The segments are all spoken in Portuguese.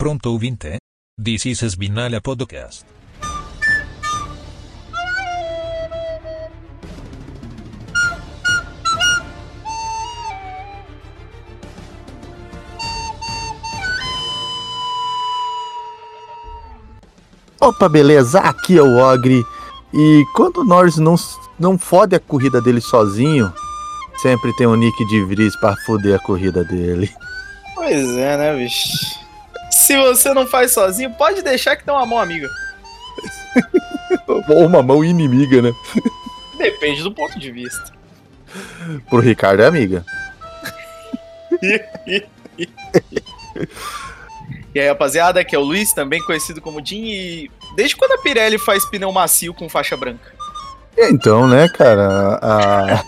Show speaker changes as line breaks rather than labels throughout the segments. Pronto ouvinte? This is Sbinala Podcast.
Opa, beleza? Aqui é o Ogre. E quando o Norris não, não fode a corrida dele sozinho, sempre tem o Nick de Vries pra foder a corrida dele.
Pois é, né, bicho? Se você não faz sozinho, pode deixar que tem uma mão amiga.
Ou uma mão inimiga, né?
Depende do ponto de vista.
Pro Ricardo é amiga.
E aí, rapaziada, aqui é o Luiz, também conhecido como Jim, e desde quando a Pirelli faz pneu macio com faixa branca?
Então, né, cara? a-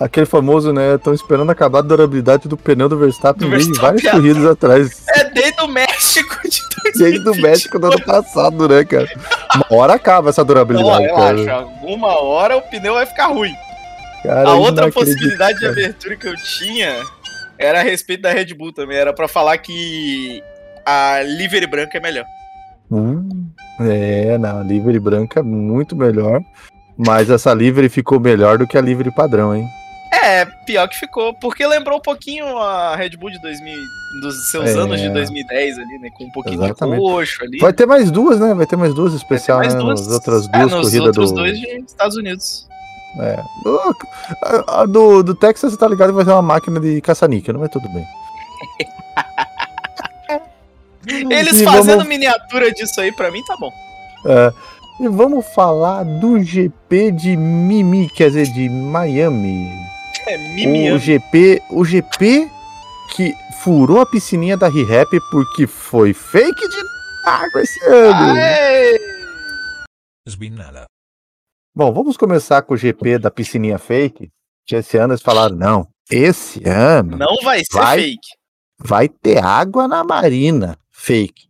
Aquele famoso, né? Estão esperando acabar a durabilidade do pneu do Verstappen,
Do
veio em
Verstappen,
várias corridas atrás.
É desde o México de 2020.
Desde do México do ano passado, né, cara? Uma hora acaba essa
Ó,
durabilidade,
relaxa,
cara.
alguma hora o pneu vai ficar ruim.
Cara,
a
eu
outra
não acredito,
possibilidade de
cara.
abertura que eu tinha era a respeito da Red Bull também. Era pra falar que a livre branca é melhor.
Hum, é, na livre branca é muito melhor. Mas essa livre ficou melhor do que a livre padrão, hein?
É, pior que ficou, porque lembrou um pouquinho a Red Bull de 2000, dos seus
É.
anos de 2010 ali, né? Com um pouquinho
Exatamente.
de coxo ali.
Vai ter mais duas, né? Vai ter mais duas
Vai ter
especial, né? Nas outras duas
é, nos
corridas
outros
do.
dois de Estados Unidos.
É. A, a do, do Texas, você tá ligado, vai ser uma máquina de caça-níquel, não é tudo bem.
Eles
E
fazendo
vamos-
miniatura disso aí, pra mim tá bom.
É, e vamos falar do GP de Mimi, quer dizer, de Miami.
É mimiano.
O GP, o GP que furou a piscininha da Rehap porque foi fake de água esse
Ah,
ano.
é? Ai,
Sbinala.
Bom, vamos começar com o GP da piscininha fake. que Esse ano eles falaram, não, esse ano
não vai ser
Vai.
fake.
vai ter água na marina, fake.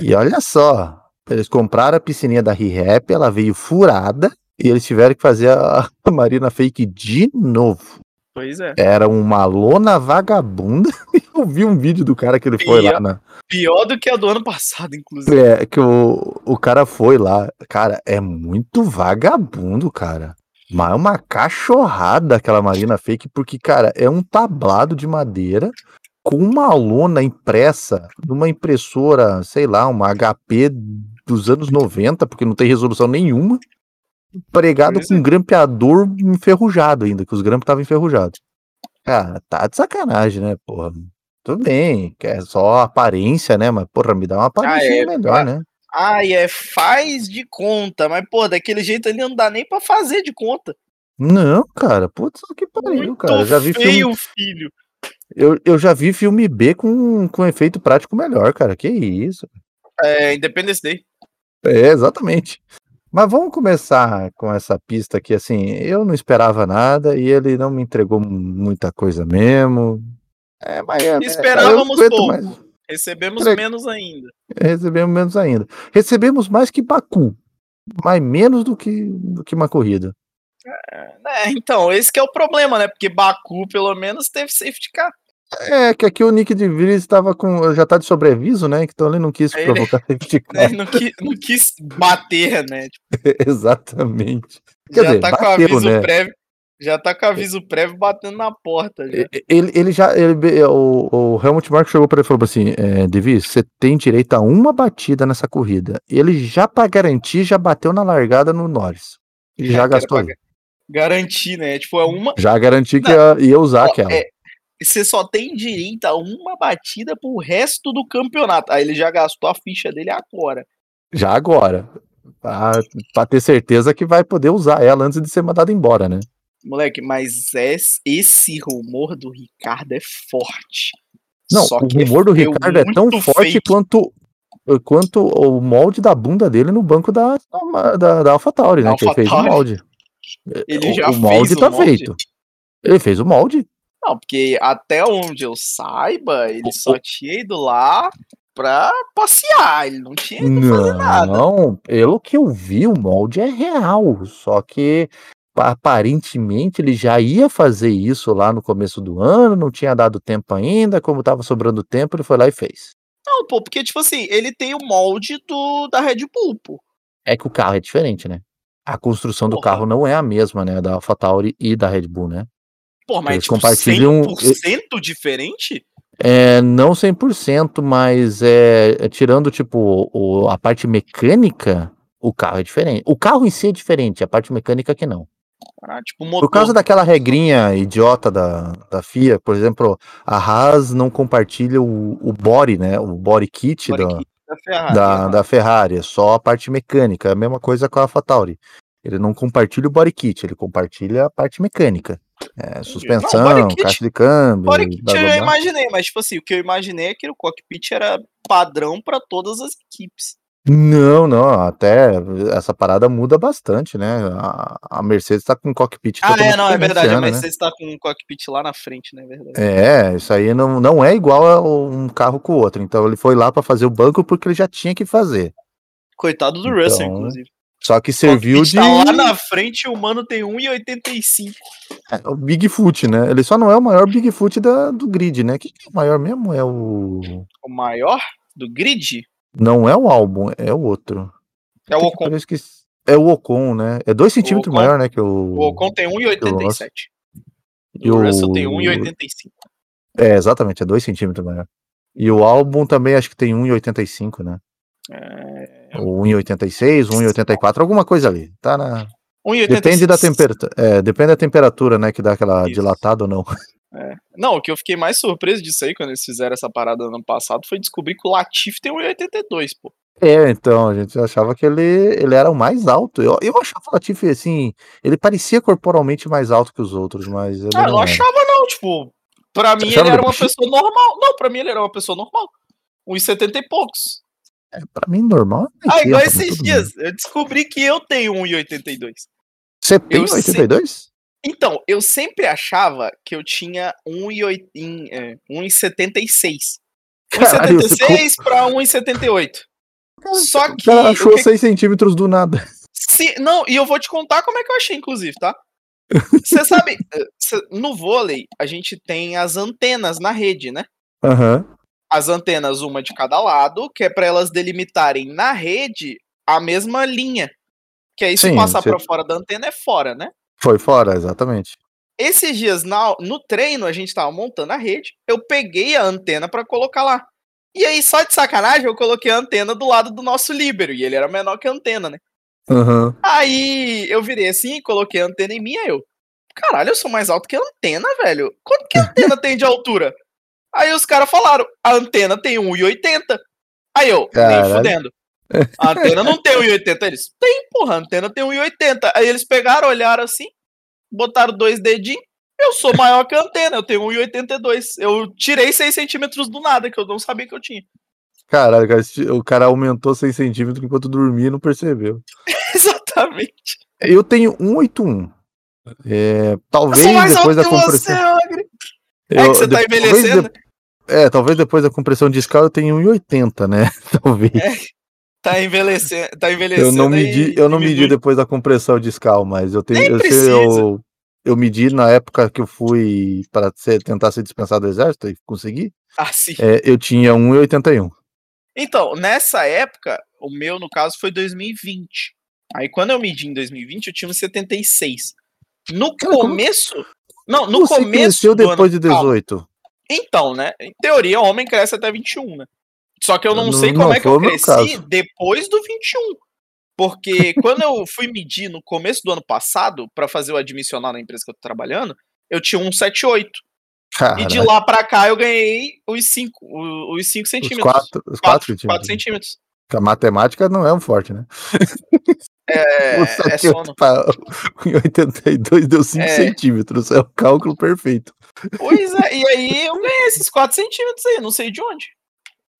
E olha só, eles compraram a piscininha da ReHap, ela veio furada e eles tiveram que fazer a, a marina fake de novo.
Pois é.
Era uma lona vagabunda. Eu vi um vídeo do cara que ele foi
E
lá, na,
Pior do que a do ano passado, inclusive.
é, que o, o cara foi lá. Cara, é muito vagabundo, cara. Mas é uma cachorrada aquela marina fake, porque, cara, é um tablado de madeira com uma lona impressa numa impressora, sei lá, uma HP dos anos 90, porque não tem resolução nenhuma, pregado
Pois
com
é.
um grampeador enferrujado ainda, que os grampos estavam enferrujados. Cara, tá de sacanagem, né, porra? Tudo bem, que é só aparência, né? Mas, porra, me dá uma aparência
é,
melhor,
claro.
né?
Ai, é faz de conta, mas pô, daquele jeito ali não dá nem pra fazer de conta.
Não, cara, putz, que pariu,
Muito
cara. Eu já vi filme,
feio, filho.
eu, eu já vi filme B com, com efeito prático melhor, cara. Que isso?
É, Independence Day.
É, exatamente. Mas vamos começar com essa pista aqui, assim, eu não esperava nada e ele não me entregou muita coisa mesmo. É, mas é, né, cara, eu
Esperávamos
não aguento
pouco.
mais.
Recebemos
Peraí.
menos ainda.
Recebemos menos ainda. Recebemos mais que Baku, mas menos do que, do que uma corrida.
É, então, esse que é o problema, né? Porque Baku, pelo menos, teve safety car.
É, que aqui o Nick de Vries estava com. já tá de sobreviso, né? Então ele não quis
Aí ele-
provocar safety car.
Né? Não, qui- não quis bater, né? Tipo,
Exatamente. Quer
já
dizer,
tá com
bateu,
aviso
né? É.
prévio. Já tá com aviso prévio batendo na porta. Já.
E- Ele, ele já. Ele, o, o Helmut Marko chegou para ele e falou assim: é, Devi, você tem direito a uma batida nessa corrida. Ele já, para garantir, já bateu na largada no Norris. E já
Era
gastou.
pra ga- Garantir, né? Tipo, é uma.
Já garanti que ia, ia usar
Ó,
aquela.
é, você só tem direito a uma batida pro resto do campeonato. Aí ele já gastou a ficha dele agora.
Já agora. Para ter certeza que vai poder usar ela antes de ser mandado embora, né?
Moleque, mas es- esse rumor do Ricardo é forte.
Não,
Só
o
que
rumor do
deu
Ricardo é tão
muito
forte
fake.
quanto quanto o molde da bunda dele no banco da da, da AlphaTauri, né?
Da
que ele fez o
AlphaTauri.
molde.
Ele
o,
já
o molde
fez o
tá
molde?
feito. Ele fez o molde.
Não, porque até onde eu saiba, ele só tinha ido lá pra passear. Ele não tinha ido
Hum.
fazer nada.
Não, pelo que eu vi, o molde é real. Só que aparentemente ele já ia fazer isso lá no começo do ano, não tinha dado tempo ainda, como tava sobrando tempo, ele foi lá e fez.
Não, pô, porque, tipo assim, ele tem o molde do, da Red Bull, pô.
É que o carro é diferente, né? A construção do
Porra.
carro não é a mesma, né? Da AlphaTauri e da Red Bull, né?
Pô, mas
Eles
tipo,
compartilham-
100% diferente?
É, não 100%, mas é, é tirando, tipo, o- a parte mecânica, o carro é diferente. O carro em si é diferente, a parte mecânica que não.
Caralho, tipo, o motor.
Por causa daquela regrinha idiota da, da FIA, por exemplo, a Haas não compartilha o, o body, né? O body kit
Olha
da,
aqui, da Ferrari,
da,
né?
da Ferrari, é só a parte mecânica. É a mesma coisa com a AlphaTauri. Ele não compartilha o body kit, ele compartilha a parte mecânica. É, suspensão,
body kit-
caixa de câmbio.
Fora que
blá, blá,
eu
blá.
imaginei, mas tipo assim, o que eu imaginei é que o cockpit era padrão pra todas as equipes.
Não, não, até essa parada muda bastante, né? A, a Mercedes tá com cockpit
Ah, é,
totalmente
não, é
diferente
verdade,
esse ano,
mas
né?
você está com o cockpit lá na frente, né, é verdade.
É, isso aí não, não é igual a um carro com o outro. Então ele foi lá pra fazer o banco porque ele já tinha que fazer.
Coitado do
Então,
Russell, inclusive.
Só que
O
serviu de
cockpit tá lá na frente e o mano tem 1,85.
é, o Bigfoot, né? Ele só não é o maior Bigfoot da, do grid, né? Quem que é o maior mesmo é o.
O maior do grid
Não é o álbum, é o outro.
é o
Puta que
Ocon.
pariu, eu esqueci. É o Ocon, né? É dois centímetros
Ocon-
maior, né? Que o.
O Ocon tem 1,87. E o
Eu-
Russell tem 1,85.
É, exatamente, é 2 centímetros maior. E o álbum também acho que tem 1,85, né?
É.
Ou 1,86, 1,84, alguma coisa ali. Tá na...
1,86.
Depende da temperatura. É, depende da temperatura, né? Que dá aquela
Isso.
dilatada ou não.
Não, o que eu fiquei mais surpreso disso aí quando eles fizeram essa parada ano passado foi descobrir que o Latif tem 1,82, pô.
É, então, a gente achava que ele, ele era o mais alto. Eu, eu achava o Latifi assim. Ele parecia corporalmente mais alto que os outros, mas ele não
Ah, eu
é.
não
era.
achava não, tipo, pra mim
achava
ele era uma
depois?
pessoa normal. Não, pra mim ele era uma pessoa normal. 1,70 e poucos.
É, pra mim, normal. é
Ah,
80,
igual
mas
esses
tudo bem.
dias, eu descobri que eu tenho 1,82.
Você tem
Eu sei.
82?
Então, eu sempre achava que eu tinha 1,8 em, é, 1,76.
Caralho,
1,76 pra 1,78. Só
O
que.
cara
o
achou assim.
que-
6 centímetros do nada.
Se- não, e eu vou te contar como é que eu achei, inclusive, tá? Você sabe, eh, cê- no vôlei, a gente tem as antenas na rede, né?
Aham.
As antenas, uma de cada lado, que é pra elas delimitarem na rede a mesma linha. Que aí, se
Sim,
passar
cê-
pra fora da antena, é fora, né?
Foi fora, exatamente.
Esses dias, na- no treino, a gente tava montando a rede, eu peguei a antena pra colocar lá. E aí, só de sacanagem, eu coloquei a antena do lado do nosso líbero, e ele era menor que a antena, né?
Aham.
Aí eu virei assim, coloquei a antena em mim, aí eu. Caralho, eu sou mais alto que a antena, velho. Quanto que a antena tem de altura? Aí os caras falaram, a antena tem 1,80. Aí eu,
Caralho.
nem fudendo. A antena não tem 1,80. Eles, tem, porra, a antena tem 1,80. Aí eles pegaram, olharam assim, botaram dois dedinhos. Eu sou maior que a antena, eu tenho 1,82. Eu tirei 6 centímetros do nada, que eu não sabia que eu tinha.
Caralho, cara, esse- o cara aumentou 6 centímetros enquanto dormia e não percebeu.
Exatamente.
Eu tenho 181. É,
Eu
talvez
sou mais alto
depois da
que você,
compressão.
Ogre.
eu-
É que você tá
depois de-
envelhecendo.
é, talvez depois da compressão discal eu tenha 1,80, né? Talvez.
Tá envelhecendo, tá envelhecendo.
eu não medi,
e
eu não medi
diminui.
depois da compressão discal, mas eu tenho.
Nem
Eu, sei-
precisa.
eu, eu medi na época que eu fui para tentar ser dispensado do exército e consegui.
Ah, sim.
é, eu tinha 1,81.
Então, nessa época, o meu, no caso, foi 2020. Aí quando eu medi em 2020, eu tinha uns 76. No
Cara, como-
começo. Não, no
Você
começo.
cresceu
do ano-
depois de
Calma.
18.
Então, né? Em teoria, o homem cresce até 21, né? Só que eu não,
Não-
sei como
não
é que
foi
eu
o meu
cresci
caso.
depois do 21. Porque quando eu fui medir no começo do ano passado, pra fazer o admissional na empresa que eu tô trabalhando, eu tinha um 78. E de lá pra cá eu ganhei os 5 os cinco
Os
centímetros. 4
quatro, os quatro, centímetros.
centímetros.
Porque A matemática não é um forte, né?
É,
O
é
78
sono.
pra- um Em 82 deu 5
É.
centímetros. É o cálculo perfeito.
Pois é, e aí eu ganhei esses 4 centímetros aí, não sei de onde.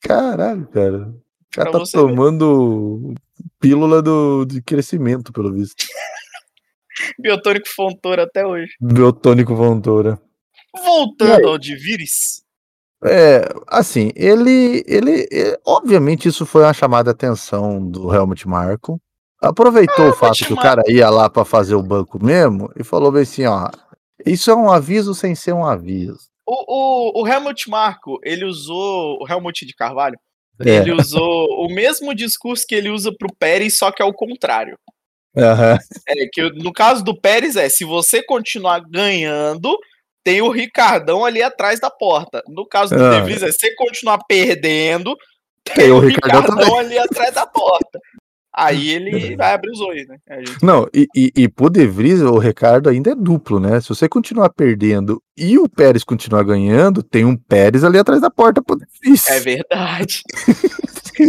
Caralho, cara. O cara
Pra
tá
você ver.
tomando pílula do, de crescimento, pelo visto.
Biotônico Fontoura até hoje.
Biotônico né? Vontora.
Voltando ao de Vírus.
É, assim, ele, ele, é- Obviamente, isso foi uma chamada de atenção do Helmut Marko. Aproveitou o fato que o
É, Marko.
cara ia lá pra fazer o banco mesmo e falou bem assim: ó, isso é um aviso sem ser um aviso.
O, o, o Helmut Marco, ele usou. O Helmut de Carvalho, Ele usou o mesmo discurso que ele usa pro Pérez, só que ao contrário.
Aham.
É que no caso do Pérez é, se você continuar ganhando, tem o Ricardão ali atrás da porta. No caso do
Ah.
De Vries é, se você continuar perdendo,
Tem o
o
Ricardão
Ricardão,
também.
ali atrás da porta. Aí ele vai abrir os olhos, né? A gente-
Não, e, e, e pro De Vries, o Ricardo ainda é duplo, né? Se você continuar perdendo e o Pérez continuar ganhando, tem um Pérez ali atrás da porta pro De Vries.
É verdade.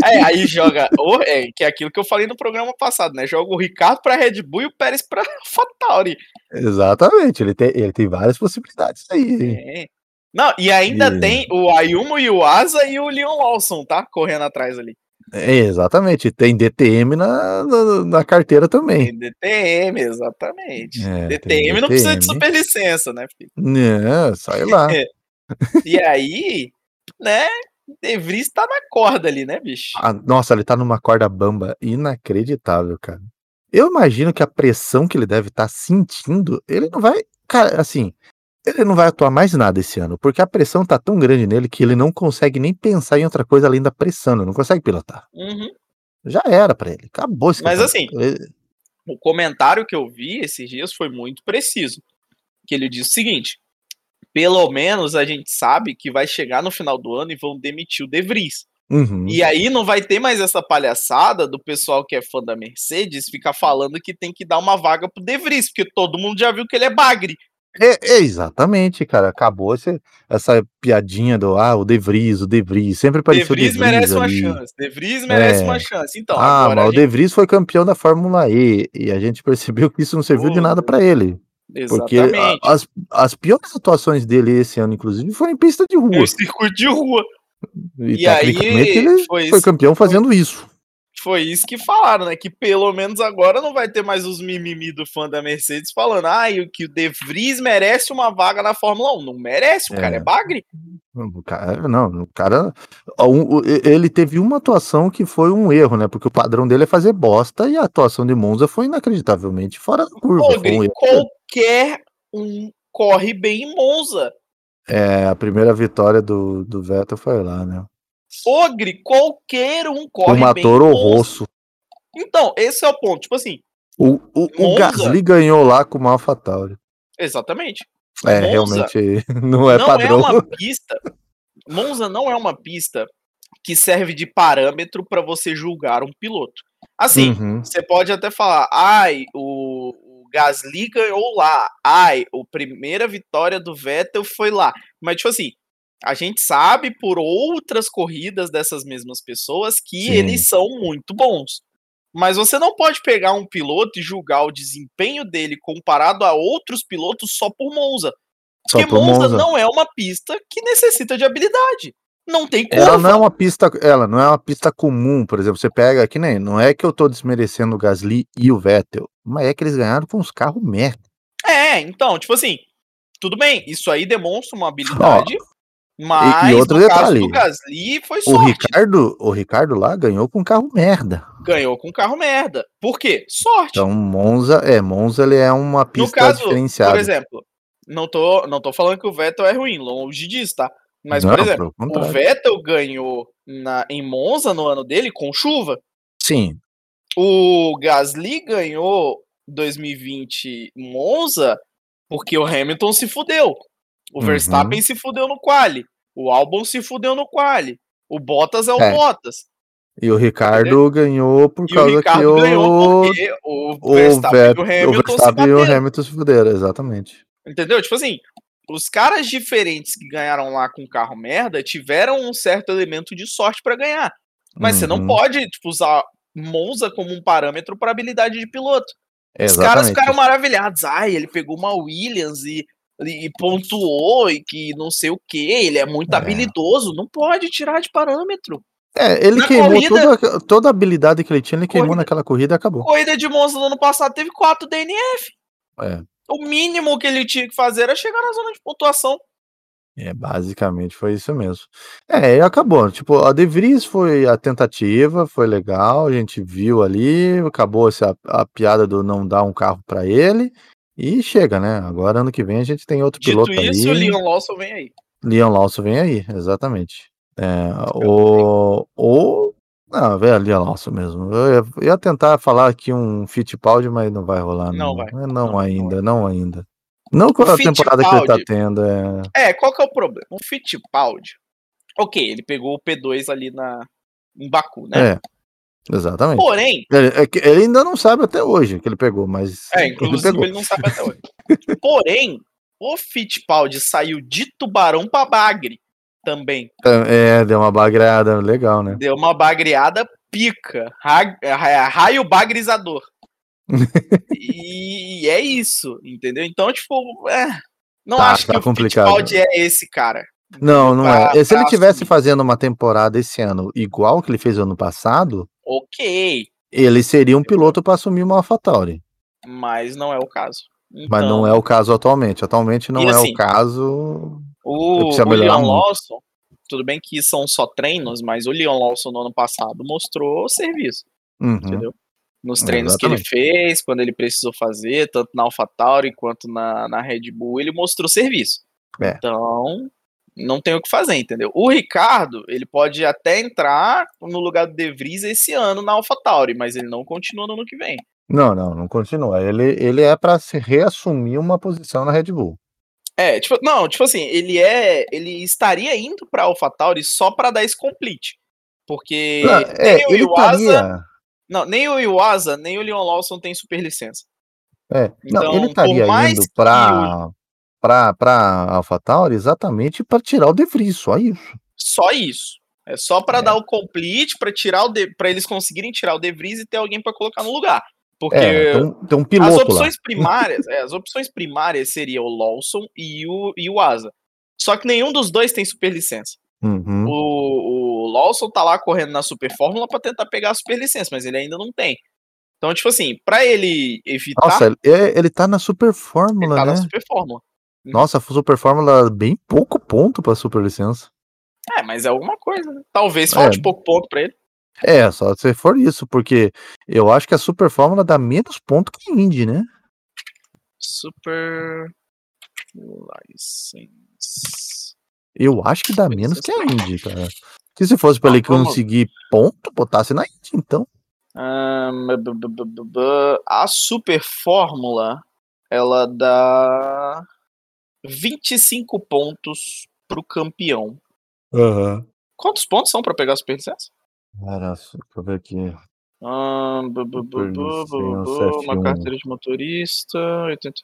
É, aí joga, o- é, que é aquilo que eu falei no programa passado, né? Joga o Ricardo pra Red Bull e o Pérez pra Fatauri.
Exatamente, ele tem, ele tem várias possibilidades aí. hein?
É. Não, e ainda
E-
tem o Ayumu e o Asa e o Leon Lawson, tá? Correndo atrás ali.
É, exatamente, tem DTM na, na, na carteira também.
Tem DTM, exatamente.
É, tem
DTM não precisa de
DTM.
superlicença, né, filho?
É, sai lá.
E aí, né, De Vries tá na corda ali, né, bicho?
Ah, nossa, ele tá numa corda bamba inacreditável, cara. Eu imagino que a pressão que ele deve estar sentindo, ele não vai. Cara, assim, ele não vai atuar mais nada esse ano, porque a pressão tá tão grande nele que ele não consegue nem pensar em outra coisa além da pressão, ele não consegue pilotar.
Uhum.
Já era pra ele, acabou esse
Mas
campeonato.
assim,
Ele-
o comentário que eu vi esses dias foi muito preciso. Que ele diz o seguinte: pelo menos a gente sabe que vai chegar no final do ano e vão demitir o De Vries.
Uhum.
E aí não vai ter mais essa palhaçada do pessoal que é fã da Mercedes ficar falando que tem que dar uma vaga pro De Vries, porque todo mundo já viu que ele é bagre.
É- é exatamente, cara, acabou esse- essa piadinha do ah, o De Vries, o De Vries, sempre
De
parecia o
Vries merece uma
ali. É.
chance. De Vries merece uma chance. Então,
ah,
agora.
mas
a
o De Vries foi campeão da Fórmula E e a gente percebeu que isso não serviu de
Puta.
nada pra ele.
gente-
Porque a-
Exatamente.
as, as piores atuações dele esse ano, inclusive, foram em pista de
É
rua.
o circuito de rua.
E,
E aí
tecnicamente ele
foi
foi
isso,
campeão fazendo isso.
foi isso que falaram, né? Que pelo menos agora não vai ter mais os mimimi do fã da Mercedes falando, ah, e o que o De Vries merece uma vaga na Fórmula 1. Não merece, o cara
É.
é bagre.
O cara, não, o cara. ó, um- o- e- ele teve uma atuação que foi um erro, né? Porque o padrão dele é fazer bosta e a atuação de Monza foi inacreditavelmente fora da curva. foi um
Ogre,
erro.
qualquer um corre bem em Monza.
É, a primeira vitória do, do Vettel foi lá, né?
Ogre, qualquer um
O
corre bem.
Matoro
em Monza.
Rosso.
Então, esse é o ponto. Tipo assim,
O, o, o
Monza?
Gasly ganhou lá com o AlphaTauri.
exatamente.
É,
Monza
realmente não é
não
padrão.
é uma pista. Monza não é uma pista que serve de parâmetro para você julgar um piloto. Assim,
Uhum.
você pode até falar, ai, o, o Gasly ganhou lá, ai, a primeira vitória do Vettel foi lá. Mas, tipo assim, a gente sabe por outras corridas dessas mesmas pessoas que
Sim.
eles são muito bons. Mas você não pode pegar um piloto e julgar o desempenho dele comparado a outros pilotos só por Monza.
Só
Porque
pro
Monza,
Monza.
não é uma pista que necessita de habilidade. Não tem curva.
Ela não é uma pista, ela não é uma pista comum, por exemplo, você pega que nem, não é que eu tô desmerecendo o Gasly e o Vettel, mas é que eles ganharam com os carros merda.
É, então, tipo assim, tudo bem, isso aí demonstra uma habilidade, mas
e outro
no caso
detalhe,
do Gasly foi
O
sorte.
Ricardo, o Ricardo lá ganhou com carro merda.
Ganhou com carro merda. Por quê? Sorte.
Então Monza, é, Monza ele é uma pista
caso,
diferenciada.
por exemplo, não tô, não tô falando que o Vettel é ruim, longe disso, tá? Mas,
Não,
por exemplo,
pelo
o
contrário.
Vettel ganhou na, em Monza no ano dele com chuva.
Sim,
O Gasly ganhou 2020 Monza porque o Hamilton se fudeu. O
Uhum.
Verstappen se fudeu no quali. O Albon se fudeu no quali. O Bottas é o
É.
Bottas.
e o Ricardo ganhou por
E o
causa que
Ricardo
o
ganhou porque o
o
Verstappen e o
Vettel- o
Hamilton se
Verstappen e o
bateram.
Hamilton se fuderam, exatamente.
Entendeu? Tipo assim, os caras diferentes que ganharam lá com carro merda tiveram um certo elemento de sorte pra ganhar. Mas você não
Uhum.
pode tipo, usar Monza como um parâmetro para habilidade de piloto. Os
Exatamente.
caras ficaram maravilhados. Ai, ele pegou uma Williams e, e pontuou e que não sei o que. Ele é muito
É.
habilidoso. Não pode tirar de parâmetro.
É, ele
Na
queimou
corrida-
toda, toda a habilidade que ele tinha, ele queimou
Corrida-
naquela corrida e acabou.
Corrida de Monza no ano passado teve 4 DNF.
É.
O mínimo que ele tinha que fazer era chegar na zona de pontuação.
É, basicamente foi isso mesmo. É, e acabou. Tipo, a De Vries foi a tentativa, foi legal, a gente viu ali, acabou essa, a piada do não dar um carro pra ele. E chega, né? Agora ano que vem a gente tem outro
Dito
piloto
isso, o
aí.
Leon Lawson vem aí.
Leon Lawson vem aí, exatamente. É, ou. ou não, velho, ali é nosso mesmo. Eu ia, ia tentar falar aqui um Fittipaldi, mas não vai rolar.
Não
Não,
vai.
É, não,
Não,
ainda, não, ainda. Não com a temporada que ele tá
Fittipaldi-
tendo. É...
É, qual que é o problema? O Fittipaldi, ok, ele pegou o P2 ali na, em Baku, né?
é, exatamente.
Porém,
Ele, é que ele ainda não sabe até hoje que ele pegou, mas.
é,
ele
inclusive ele,
pegou.
não sabe até hoje. Porém, o Fittipaldi saiu de Tubarão pra Bagre também.
É, deu uma bagreada, legal, né?
Deu uma bagreada pica. Ra- é, ra- Raio bagrizador. e, é isso, entendeu? Então, tipo, é, não
Tá,
acho
tá
que
complicado.
o Fittipaldi é esse cara.
Não, não
pra-
é. Se ele
pra
tivesse
assumir.
fazendo uma temporada esse ano igual que ele fez ano passado,
Ok,
ele seria um piloto para assumir uma AlphaTauri.
mas não é o caso.
Mas não é o caso atualmente. Atualmente não
Então. E
é
assim,
o caso.
O,
precisa
o
melhorar
Leon
muito.
Lawson, tudo bem que são só treinos, mas o Leon Lawson no ano passado mostrou serviço,
Uhum.
entendeu? Nos
É,
treinos que ele fez, quando ele precisou fazer, tanto na AlphaTauri quanto na, na Red Bull, ele mostrou serviço.
É.
Então, não tem o que fazer, entendeu? O Ricardo, ele pode até entrar no lugar do De Vries esse ano na AlphaTauri, mas ele não continua no ano que vem.
Não, não, não continua. Ele, ele é para se reassumir uma posição na Red Bull.
É, tipo, não, tipo assim, ele é, ele estaria indo para AlphaTauri só para dar esse complete. Porque
Não, é,
nem o
ele
Iwasa,
estaria.
não, nem o Iwasa, nem o Leon Lawson tem super licença.
É,
Então,
não, ele
por
estaria
mais
indo
que
para para para AlphaTauri exatamente para tirar o De Vries, só isso.
Só isso. É só para
É.
dar o complete, para tirar o para eles conseguirem tirar o De Vries e ter alguém para colocar no lugar. Porque
É, tem um, tem um
as
piloto lá.
opções primárias, é, as opções primárias seria o Lawson e o Iwasa. Só que nenhum dos dois tem super licença.
Uhum.
O, o Lawson tá lá correndo na Super Fórmula pra tentar pegar a Super Licença, mas ele ainda não tem. Então, tipo assim, pra ele evitar,
Nossa, ele, é- ele tá na Super
ele
Fórmula,
tá
né?
na Super Fórmula.
Nossa, a Super Fórmula bem pouco ponto pra Super Licença.
É, mas é alguma coisa, né? Talvez falte pouco ponto pra ele.
É, só se for isso, porque eu acho que a Super Fórmula dá menos ponto que a Indy, né?
Super License.
Eu acho que dá
Super
menos que a
Licença.
Indy, cara. Que se fosse pra
Ah,
ele
vamos-
conseguir ponto, botasse na Indy, então.
Ahn, bu- bu- bu- bu- bu- A Super Fórmula, ela dá 25 pontos pro campeão. Quantos pontos são pra pegar a Super Licença?
Cara, deixa eu ver aqui.
Ah, bu- bu- bu- bu- bu-
Superlicença
bu- uma
F1.
carteira de motorista. 80.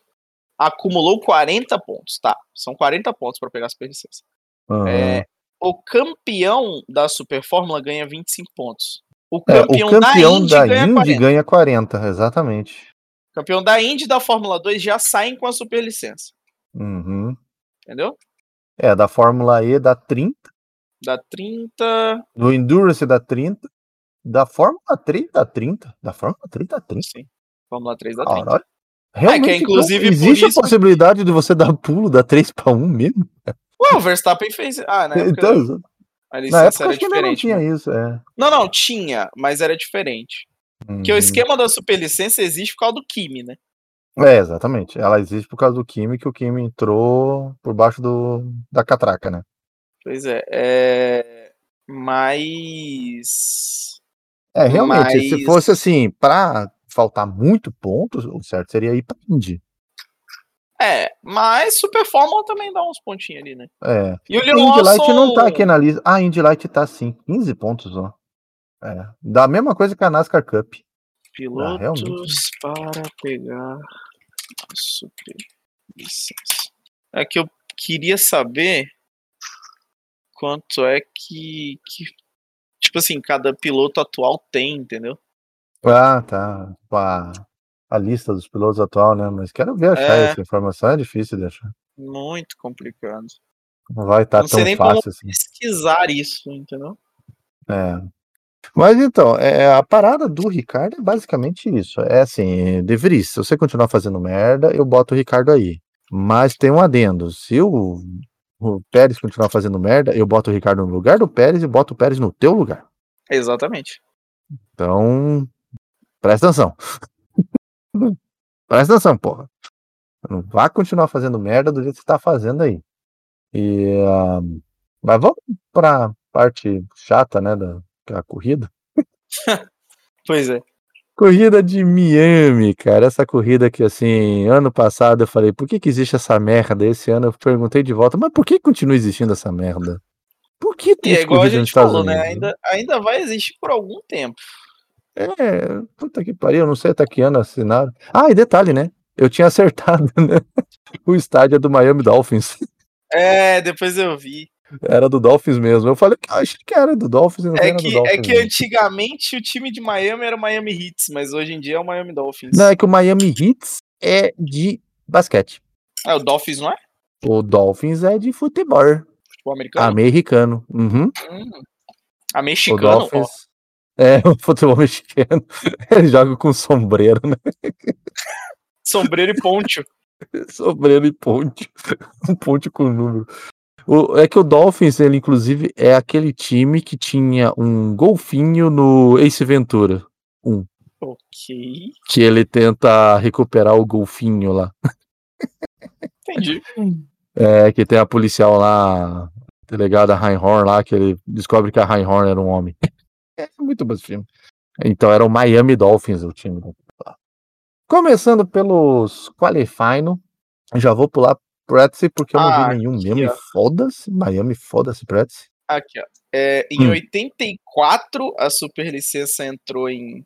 Acumulou 40 pontos, tá? São 40 pontos para pegar a superlicença.
Aham.
É, o campeão da Super Fórmula ganha 25 pontos. O
É,
campeão,
o campeão
da Indy
da
ganha
Indy
40.
ganha 40, exatamente.
O campeão da Indy e da Fórmula 2 já saem com a superlicença,
Uhum.
entendeu?
É, da Fórmula E dá 30.
Dá 30,
Do Endurance dá 30. Da Fórmula 3 dá 30. Da Fórmula 3 dá 30.
sim. Fórmula 3 dá 30.
Caralho. Realmente, então,
É, inclusive, por
existe
isso-
a possibilidade de você dar pulo da 3 para 1 mesmo?
Ué, o Verstappen fez. Ah, na época,
então,
a
na
licença
época
era
acho que ainda não
diferente.
tinha
né?
isso, é.
Não, não, tinha, mas era diferente. Porque o
Uhum.
esquema da superlicença existe por causa do Kimi, né?
É, exatamente. Ela existe por causa do Kimi, que o Kimi entrou por baixo do, da catraca, né?
Pois é. é... Mas.
É, realmente,
Mas-
se fosse assim, para faltar muito pontos, o certo seria ir para Indy.
É, mas Super Fórmula também dá uns pontinhos ali, né?
É.
E o
A
Leon
Indy Light não tá
Lawson-
aqui na lista. Ah, a Indy Light tá sim, 15 pontos, ó. É. Da mesma coisa que a NASCAR Cup. Ah, realmente.
Pilotos para pegar a superlicença. É que eu queria saber quanto é que, que. Tipo assim, cada piloto atual tem, entendeu?
Ah, tá. Tipo, A, a lista dos pilotos atual, né? Mas quero ver achar
É.
essa informação, é difícil de achar.
Muito complicado.
Não vai estar
Não sei
tão
nem como-
fácil assim.
Pesquisar isso, entendeu?
É. Mas então, é, a parada do Ricardo é basicamente isso. É assim, De Vries, se você continuar fazendo merda, eu boto o Ricardo aí. Mas tem um adendo. Se o, o Pérez continuar fazendo merda, eu boto o Ricardo no lugar do Pérez e boto o Pérez no teu lugar.
Exatamente.
Então, presta atenção. presta atenção, porra. Não vá continuar fazendo merda do jeito que você tá fazendo aí. E, ah, mas vamos pra parte chata, né, da, da corrida.
Pois é.
Corrida de Miami, cara. Essa corrida que, assim, ano passado eu falei, por que que existe essa merda? Esse ano eu perguntei de volta, mas por que continua existindo essa merda? Por que
E
tem
é
essa
igual a
corrida nos
gente
Estados
falou, né?
Unidos?
Ainda, ainda vai existir por algum tempo.
É, puta que pariu, eu não sei até que ano assinaram. Ah, e detalhe, né? Eu tinha acertado, né? O estádio é do Miami Dolphins.
É, depois eu vi.
Era do Dolphins mesmo. Eu falei, ah, achei que era do Dolphins, e não
É
era do
que,
Dolphins.
é que
não.
antigamente o time de Miami era o Miami Hits, mas hoje em dia é o Miami Dolphins.
Não, é que o Miami Heats é de basquete.
Ah, o Dolphins não é?
O Dolphins é de futebol
Futebol americano?
americano. Uhum.
Hum. A
Ah, O
mexicano? ó.
Dolphins é o futebol mexicano. Ele joga com sombreiro, né?
Sombreiro e poncho.
Sombreiro e ponte. Um ponte com número. O- é que o Dolphins, ele inclusive é aquele time que tinha um golfinho no Ace Ventura,
ok.
que ele tenta recuperar o golfinho lá.
Entendi.
É que tem a policial lá, a delegada Reinhorn lá, que ele descobre que a Reinhorn era um homem. É muito bom esse filme. Então era o Miami Dolphins o time. Começando pelos qualifying, já vou pular Pretzi porque eu não
Ah,
vi nenhum
aqui,
Miami
ó.
foda-se, Miami foda-se Pretzi.
Aqui, ó. É, em
Hum.
84, a superlicença entrou em,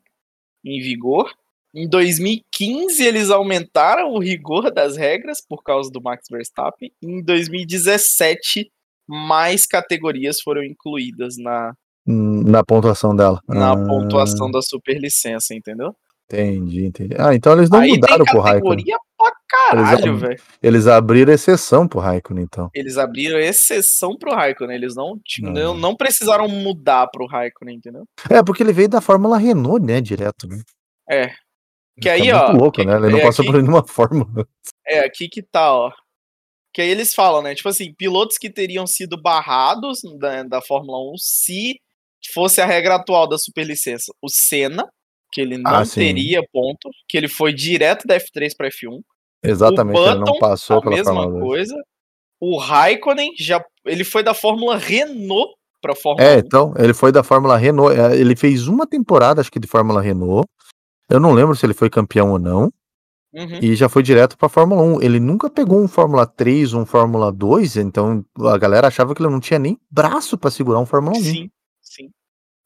em vigor. Em 2015, eles aumentaram o rigor das regras por causa do Max Verstappen. Em 2017, mais categorias foram incluídas na,
Hum, Na pontuação dela.
na
Ah,
pontuação da superlicença, entendeu?
Entendi, entendi. Ah, então eles não
Aí
mudaram
tem
pro Raikkonen.
categoria pra caralho,
ab-
velho.
Eles abriram exceção pro Raikkonen, então.
Eles abriram exceção pro Raikkonen, eles não, ti-
Ah.
não, não precisaram mudar pro Raikkonen, entendeu?
É, porque ele veio da Fórmula Renault, né, direto, né?
É. Que
É
aí,
muito
ó,
louco,
que-
né? Ele não
é
passou
aqui-
por nenhuma fórmula.
É, aqui que tá, ó. Que aí eles falam, né? Tipo assim, pilotos que teriam sido barrados da, da Fórmula 1 se fosse a regra atual da superlicença. O Senna, que ele não
Ah, sim.
teria ponto, que ele foi direto da F3 para F1.
Exatamente, ele não
Button,
passou
um, a
pela
mesma
Fórmula 2.
coisa. O Raikkonen, já, ele foi da Fórmula Renault pra Fórmula
É,
1.
então, ele foi da Fórmula Renault. é, Ele fez uma temporada, acho que, de Fórmula Renault. Eu não lembro se ele foi campeão ou não.
Uhum.
E já foi direto pra Fórmula 1. Ele nunca pegou um Fórmula 3, um Fórmula 2. Então, a galera achava que ele não tinha nem braço pra segurar um Fórmula 1.
Sim, sim.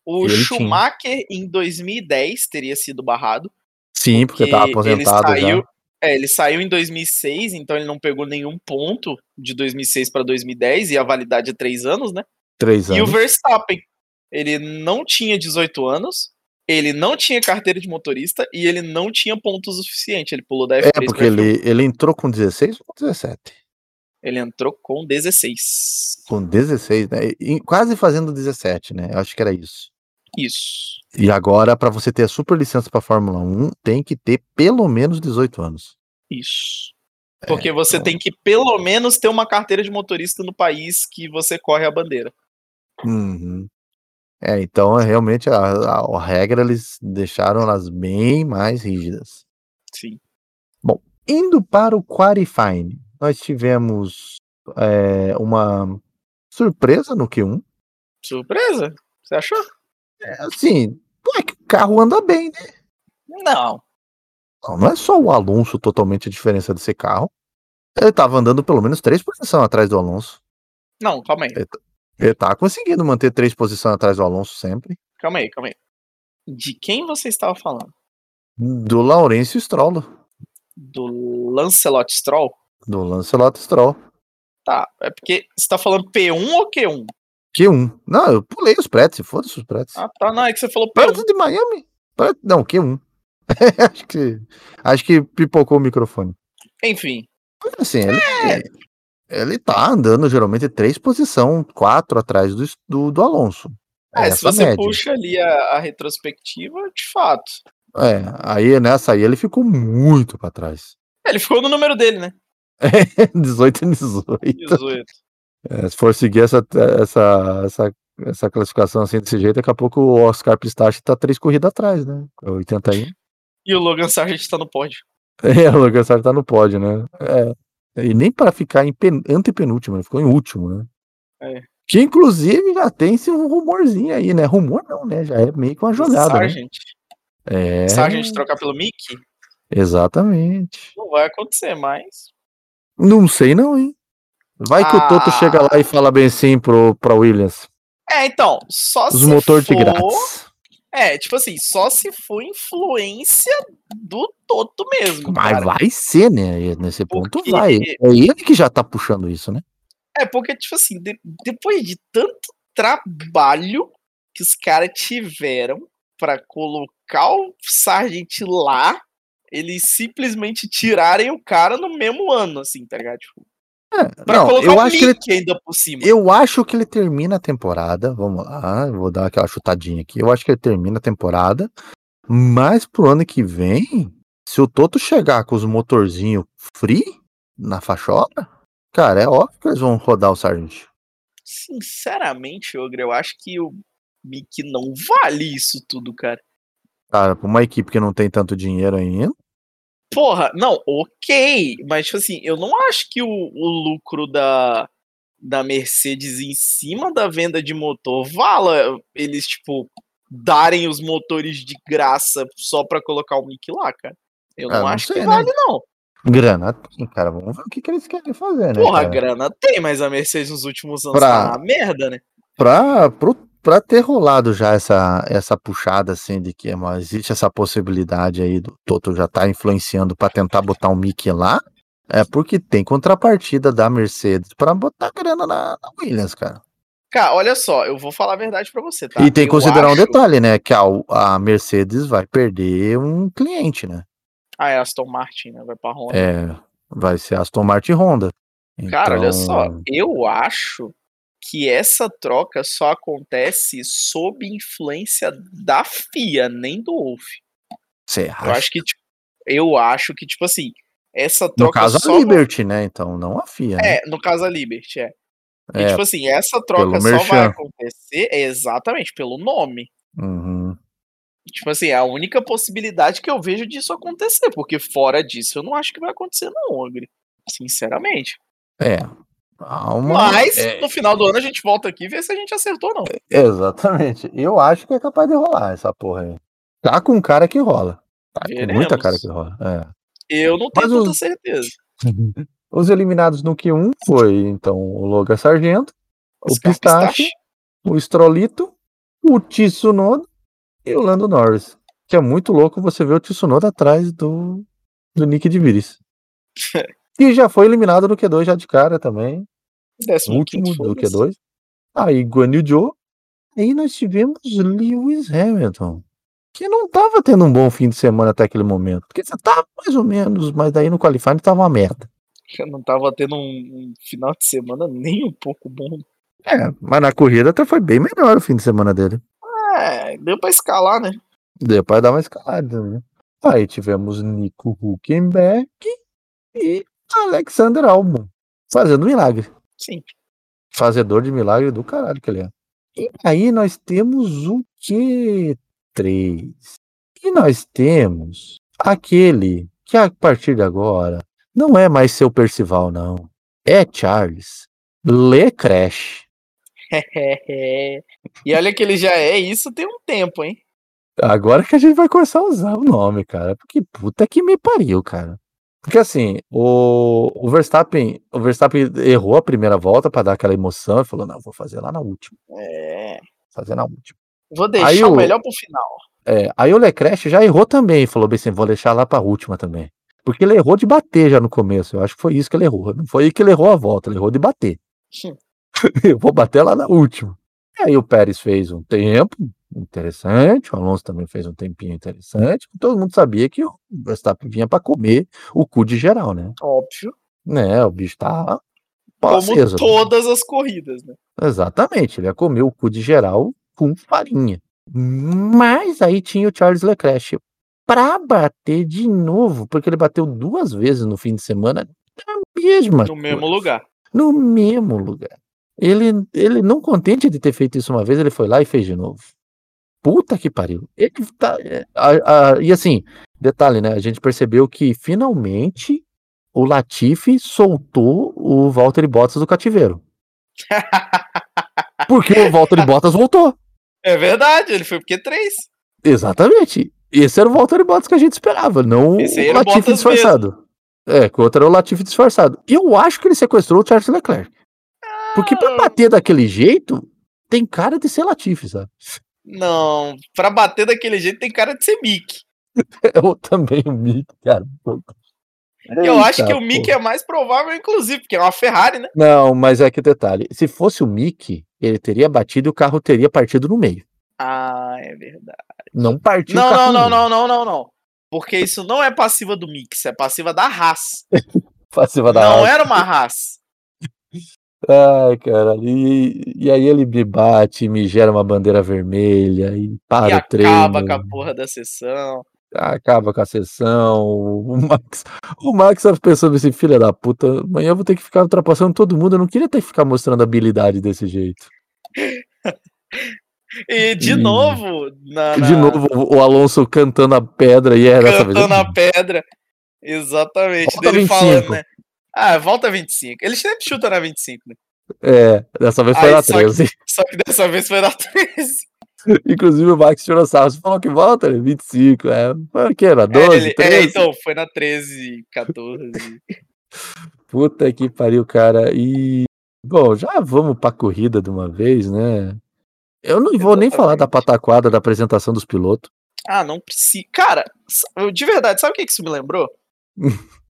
O
Ele tinha.
Schumacher, em 2010, teria sido barrado.
Sim, porque tá aposentado
ele saiu,
já.
É, ele saiu em 2006, então ele não pegou nenhum ponto de 2006 para 2010 e a validade é três anos, né?
Três
E o
anos.
Verstappen, ele não tinha 18 anos, ele não tinha carteira de motorista e ele não tinha ponto o suficiente. Ele pulou da F3
É,
pra
porque
F1.
ele, ele entrou com 16 ou com 17?
Ele entrou com 16.
Com 16, né? E- e quase fazendo 17, né? Eu acho que era isso.
Isso.
E agora, pra você ter a super licença pra Fórmula 1, tem que ter pelo menos 18 anos.
Isso. Porque você
então-
tem que pelo menos ter uma carteira de motorista no país que você corre a bandeira.
Uhum. É, então é realmente a, a- a regra eles deixaram elas bem mais rígidas.
Sim.
Indo para o qualifying, nós tivemos é, uma surpresa no Q1.
Surpresa? Você achou?
É, assim, não é que o carro anda bem, né?
Não.
Não, não é só o Alonso totalmente a diferença desse carro. Ele estava andando pelo menos três posições atrás do Alonso.
Não, calma aí.
Ele tá conseguindo manter três posições atrás do Alonso sempre.
Calma aí, calma aí. De quem você estava falando?
Do Laurence Stroll,
Do Lancelot Stroll?
do Lancelot Stroll.
Tá, é porque você tá falando P1 ou Q1?
Q1. Não, eu pulei os pretes, foda-se os pretes.
Ah, tá, não, é que você falou P1.
Perto de Miami? Perto- Não, Q1. acho, que, acho que pipocou o microfone.
Enfim,
Mas, Assim, ele,
É.
ele tá andando geralmente três posições, quatro atrás do, do, do Alonso.
é, se
Essa
você
média.
puxa ali a, a retrospectiva, de fato.
É, aí nessa aí ele ficou muito pra trás.
É, Ele ficou no número dele, né?
18 em 18.
18.
É, se for seguir essa, essa, essa, essa classificação assim desse jeito, daqui a pouco o Oscar Pistache tá três corridas atrás, né? 81.
E o Logan Sargent tá no pódio.
É, o Logan Sartre tá no pódio, né? É. E nem para ficar em pen... antepenúltimo, ele ficou em último, né?
É.
Que inclusive já tem esse rumorzinho aí, né? Rumor não, né? Já é meio que uma jogada. Né?
Sargent.
É,
Sargent trocar pelo Mickey?
exatamente.
Não vai acontecer mais.
Não sei não, hein? Vai que o Toto
Ah.
chega lá e fala bem sim pro, pra Williams.
É, então, só
Os
se
motores
for...
de grátis.
É, tipo assim, só se for influência do Toto mesmo,
Mas
cara.
vai ser, né? Nesse ponto
Porque-
vai. É ele que já tá puxando isso, né?
É, porque, tipo assim, de- depois de tanto trabalho que os caras tiveram pra colocar o Sargent lá, eles simplesmente tirarem o cara no mesmo ano, assim, tá ligado? Tipo, pra
Não,
colocar
eu
o
acho que ele
Mickey ainda por cima.
Eu acho que ele termina a temporada. Vamos lá, vou dar aquela chutadinha aqui. Eu acho que ele termina a temporada. Mas pro ano que vem, se o Toto chegar com os motorzinhos free na fachola, cara, é óbvio que eles vão rodar o Sargent.
Sinceramente, Ogre, eu acho que o Mickey não vale isso tudo, cara.
Cara, pra uma equipe que não tem tanto dinheiro ainda.
Porra, não, ok, mas tipo assim, eu não acho que o, o lucro da, da Mercedes em cima da venda de motor vala eles, tipo, darem os motores de graça só pra colocar o Mickey lá, cara. Eu
Ah,
não
não
acho
sei,
que
né?
vale, não.
Grana tem, cara. Vamos ver o que, que eles querem fazer, né?
Porra,
cara?
grana tem, mas a Mercedes nos últimos anos
Pra-
tá na merda, né?
pra, pro, pra ter rolado já essa, essa puxada assim de que mano, existe essa possibilidade aí do Toto já tá influenciando pra tentar botar o Mickey lá, é porque tem contrapartida da Mercedes pra botar grana na, na Williams, cara.
Cara, olha só, eu vou falar a verdade pra você, tá?
e tem que
Eu
considerar um
acho-
detalhe, né? Que a, a Mercedes vai perder um cliente, né?
Ah, é Aston Martin, né? Vai pra Honda.
É, vai ser Aston Martin e Honda.
Cara, olha só,
Então,
eu acho que essa troca só acontece sob influência da FIA, nem do Wolf.
Você
Eu
acha?
acho que tipo, eu acho que tipo assim, essa troca
No caso,
só
a Liberty, né? Então, não a FIA. né?
é, no caso a Liberty, é. E
É,
tipo assim, essa troca só vai
merchan.
acontecer é, exatamente pelo nome.
uhum.
Tipo assim, é a única possibilidade que eu vejo disso acontecer, porque fora disso eu não acho que vai acontecer não, Ogre. Sinceramente.
É. Há uma-
Mas
é,
no final do ano a gente volta aqui e vê se a gente acertou ou não.
Exatamente. Eu acho que é capaz de rolar essa porra aí. Tá com cara que rola. Tá com muita
Veremos.
cara que rola. é.
Eu não
Mas
tenho tanta
os-
certeza.
Os eliminados no Q1 foi, então, o Logan Sargento, o
Oscar
Pistache, o Strolito, o Tsunoda e o Lando Norris. Que é muito louco você ver o Tsunoda atrás do, do Nick de Vires. e já foi eliminado no Q2 já de cara também.
Décimo
último
quinto,
do é Ah,
foda-se.
Q2. Aí Guanyu Joe. Aí nós tivemos Lewis Hamilton. Que não tava tendo um bom fim de semana até aquele momento. Porque você tava mais ou menos, mas daí no qualifying tava uma merda.
Eu não tava tendo um, um final de semana nem um pouco bom.
É, mas na corrida até foi bem melhor o fim de semana dele.
É, deu pra escalar, né?
Depois dá uma escalada, né? Aí tivemos Nico Huckenberg e Alexander Albon. Fazendo um milagre.
Sim.
Fazedor de milagre do caralho que ele é. E aí nós temos o Q3. E nós temos aquele que a partir de agora não é mais seu Percival, não. É Charles Lecrash.
É, e olha que ele já é isso tem um tempo, hein?
Agora que a gente vai começar a usar o nome, cara. Porque puta que me pariu, cara. Porque assim, o, o Verstappen, o Verstappen errou a primeira volta para dar aquela emoção e falou: "Não, vou fazer lá na última,
É.
fazer na última".
Vou deixar
Aí
o
o-
melhor pro final.
É, aí o Lecrash já errou também, falou bem assim, vou deixar lá pra última também. Porque ele errou de bater já no começo, eu acho que foi isso que ele errou. Não foi aí que ele errou a volta, ele errou de bater.
Sim.
eu vou bater lá na última. E aí o Pérez fez um tempo interessante, o Alonso também fez um tempinho interessante. Todo mundo sabia que o Verstappen vinha pra comer o cu de geral, né?
Óbvio.
Né, o bicho tá pau
Como
aceso, né?
todas as corridas, né?
Exatamente, ele ia comer o cu de geral com farinha. Mas aí tinha o Charles Leclerc pra bater de novo, porque ele bateu duas vezes no fim de semana na mesma
No mesmo
coisa,
lugar.
No mesmo lugar. Ele, ele não contente de ter feito isso uma vez, ele foi lá e fez de novo. Puta que pariu. Ele tá, é, a- a- e assim, detalhe, né? A gente percebeu que finalmente o Latifi soltou o Valtteri Bottas do cativeiro. Porque o Walter Bottas voltou.
É verdade, ele foi porque três.
Exatamente. Esse era o Walter Bottas que a gente esperava, não
Esse aí
o
era o
Latifi
Bottas
disfarçado. É, que o outro era o Latifi disfarçado. E eu acho que ele sequestrou o Charles Leclerc. Porque
Ah.
pra bater daquele jeito, tem cara de ser Latifi, sabe?
Não, pra bater daquele jeito tem cara de ser Mick.
Eu também, o Mick, cara. puta.
Eu acho
Eita,
que o Mick
porra.
é mais provável, inclusive, porque é uma Ferrari, né?
Não, mas é que detalhe. Se fosse o Mick, ele teria batido e o carro teria partido no meio.
Ah, é verdade.
Não partiu o
Não,
um carro
não,
no
não,
meio.
não, não, não, não. Porque isso não é passiva do Mick, isso é passiva da Haas.
Passiva da
Não
Alfa.
era uma Haas.
Ai, cara, e, e aí ele me bate, me gera uma bandeira vermelha e para
e
o treino,
acaba com a porra da sessão.
acaba com a sessão. O Max, o Max tava pensando assim, filha da puta, amanhã eu vou ter que ficar ultrapassando todo mundo, eu não queria ter que ficar mostrando habilidade desse jeito.
E de
Hum.
novo, na,
De
na-
novo, o Alonso cantando a pedra e era dessa vez. é
cantando a pedra. Exatamente.
Volta
Ele
25.
falando, né? Ah, volta 25. Ele sempre chuta na 25, né?
É, dessa vez foi
Aí
na
só que-
13.
Só que dessa vez foi na 13.
Inclusive o Max tirou sarro, você falou que volta, né? 25, é, Mas que era 12,
é, ele- é,
13?
então, foi na 13, 14.
Puta que pariu, cara. E bom, já vamos pra corrida de uma vez, né? Eu não vou nem falar da pataquada da apresentação dos pilotos.
Ah, não precisa. Cara, s- eu- de verdade, sabe o que que isso me lembrou?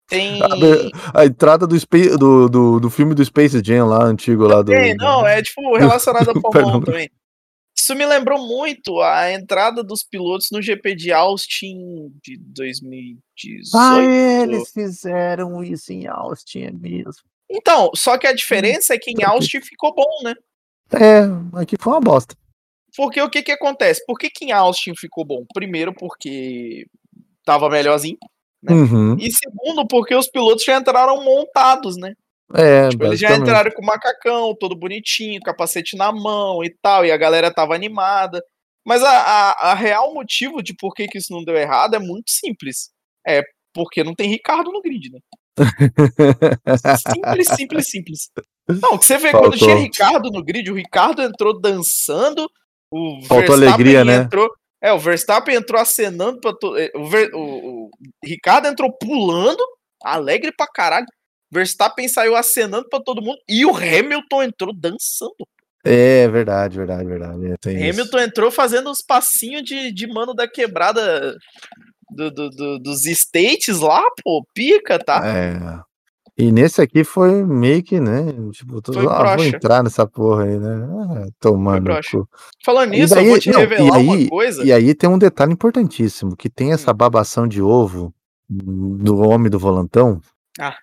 Tem.
A Ah, be- A entrada do, Spa- do, do, do filme do Space Jam lá, antigo lá do.
Tem, não, é tipo relacionado a Fórmula 1
Fernando.
também. Isso me lembrou muito a entrada dos pilotos no GP de Austin de 2018.
Ah, fizeram isso em Austin, é mesmo.
Então, só que a diferença é que em Austin ficou bom, né?
É, aqui foi uma bosta.
Porque o que que acontece? Por que, que em Austin ficou bom? Primeiro, porque tava melhorzinho. Né?
Uhum.
E segundo, porque os pilotos já entraram montados, né?
É,
Tipo, eles já
basicamente.
entraram com o macacão, todo bonitinho, capacete na mão e tal, e a galera tava animada. Mas a, a, a real motivo de por que, que isso não deu errado é muito simples. É porque não tem Ricardo no grid, né? Simples, simples, simples. Não, o que você vê quando
Faltou.
tinha Ricardo no grid, o Ricardo entrou dançando, o
Faltou alegria, né?
entrou. É, o Verstappen entrou acenando pra to... eh, o, Ver- o- o Ricardo entrou pulando, alegre pra caralho. Verstappen saiu acenando pra todo mundo e o Hamilton entrou dançando.
É, verdade, verdade, verdade. é, tem isso.
Hamilton entrou fazendo uns passinhos de, de mano da quebrada do- do- do- dos States lá, pô, pica, tá?
É. E nesse aqui foi meio que, né? Tipo, tô,
Foi
ah, vou
broxa.
entrar nessa porra aí, né? Ah, tomando.
broxa. é.
cu.
Falando
E
nisso,
daí-
eu vou te
não, e
revelar
aí-
uma coisa.
E aí tem um detalhe importantíssimo: que tem
Hum.
essa babação de ovo do homem do volantão
Ah.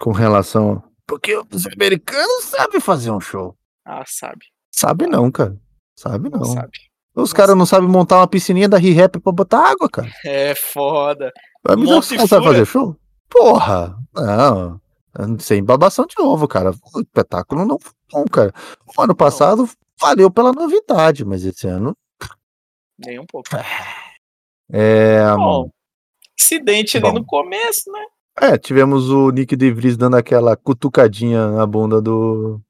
com relação. Porque os americanos sabem fazer um show.
Ah, sabe,
Sabe não, cara. Sabe
não,
não.
sabe.
Os
não
caras não sabem montar uma piscininha da Re-Rap pra botar água, cara.
É foda.
Vai me dar
Monte
É que você sabe
Fúria.
fazer show? Porra! Não. Sem babação de ovo, cara. O espetáculo não foi bom, cara. O ano passado valeu pela novidade, mas esse ano.
Nem um pouco.
Tá É,
Bom, acidente ali
Bom.
no começo, né?
é, tivemos o Nick De Vries dando aquela cutucadinha na bunda do,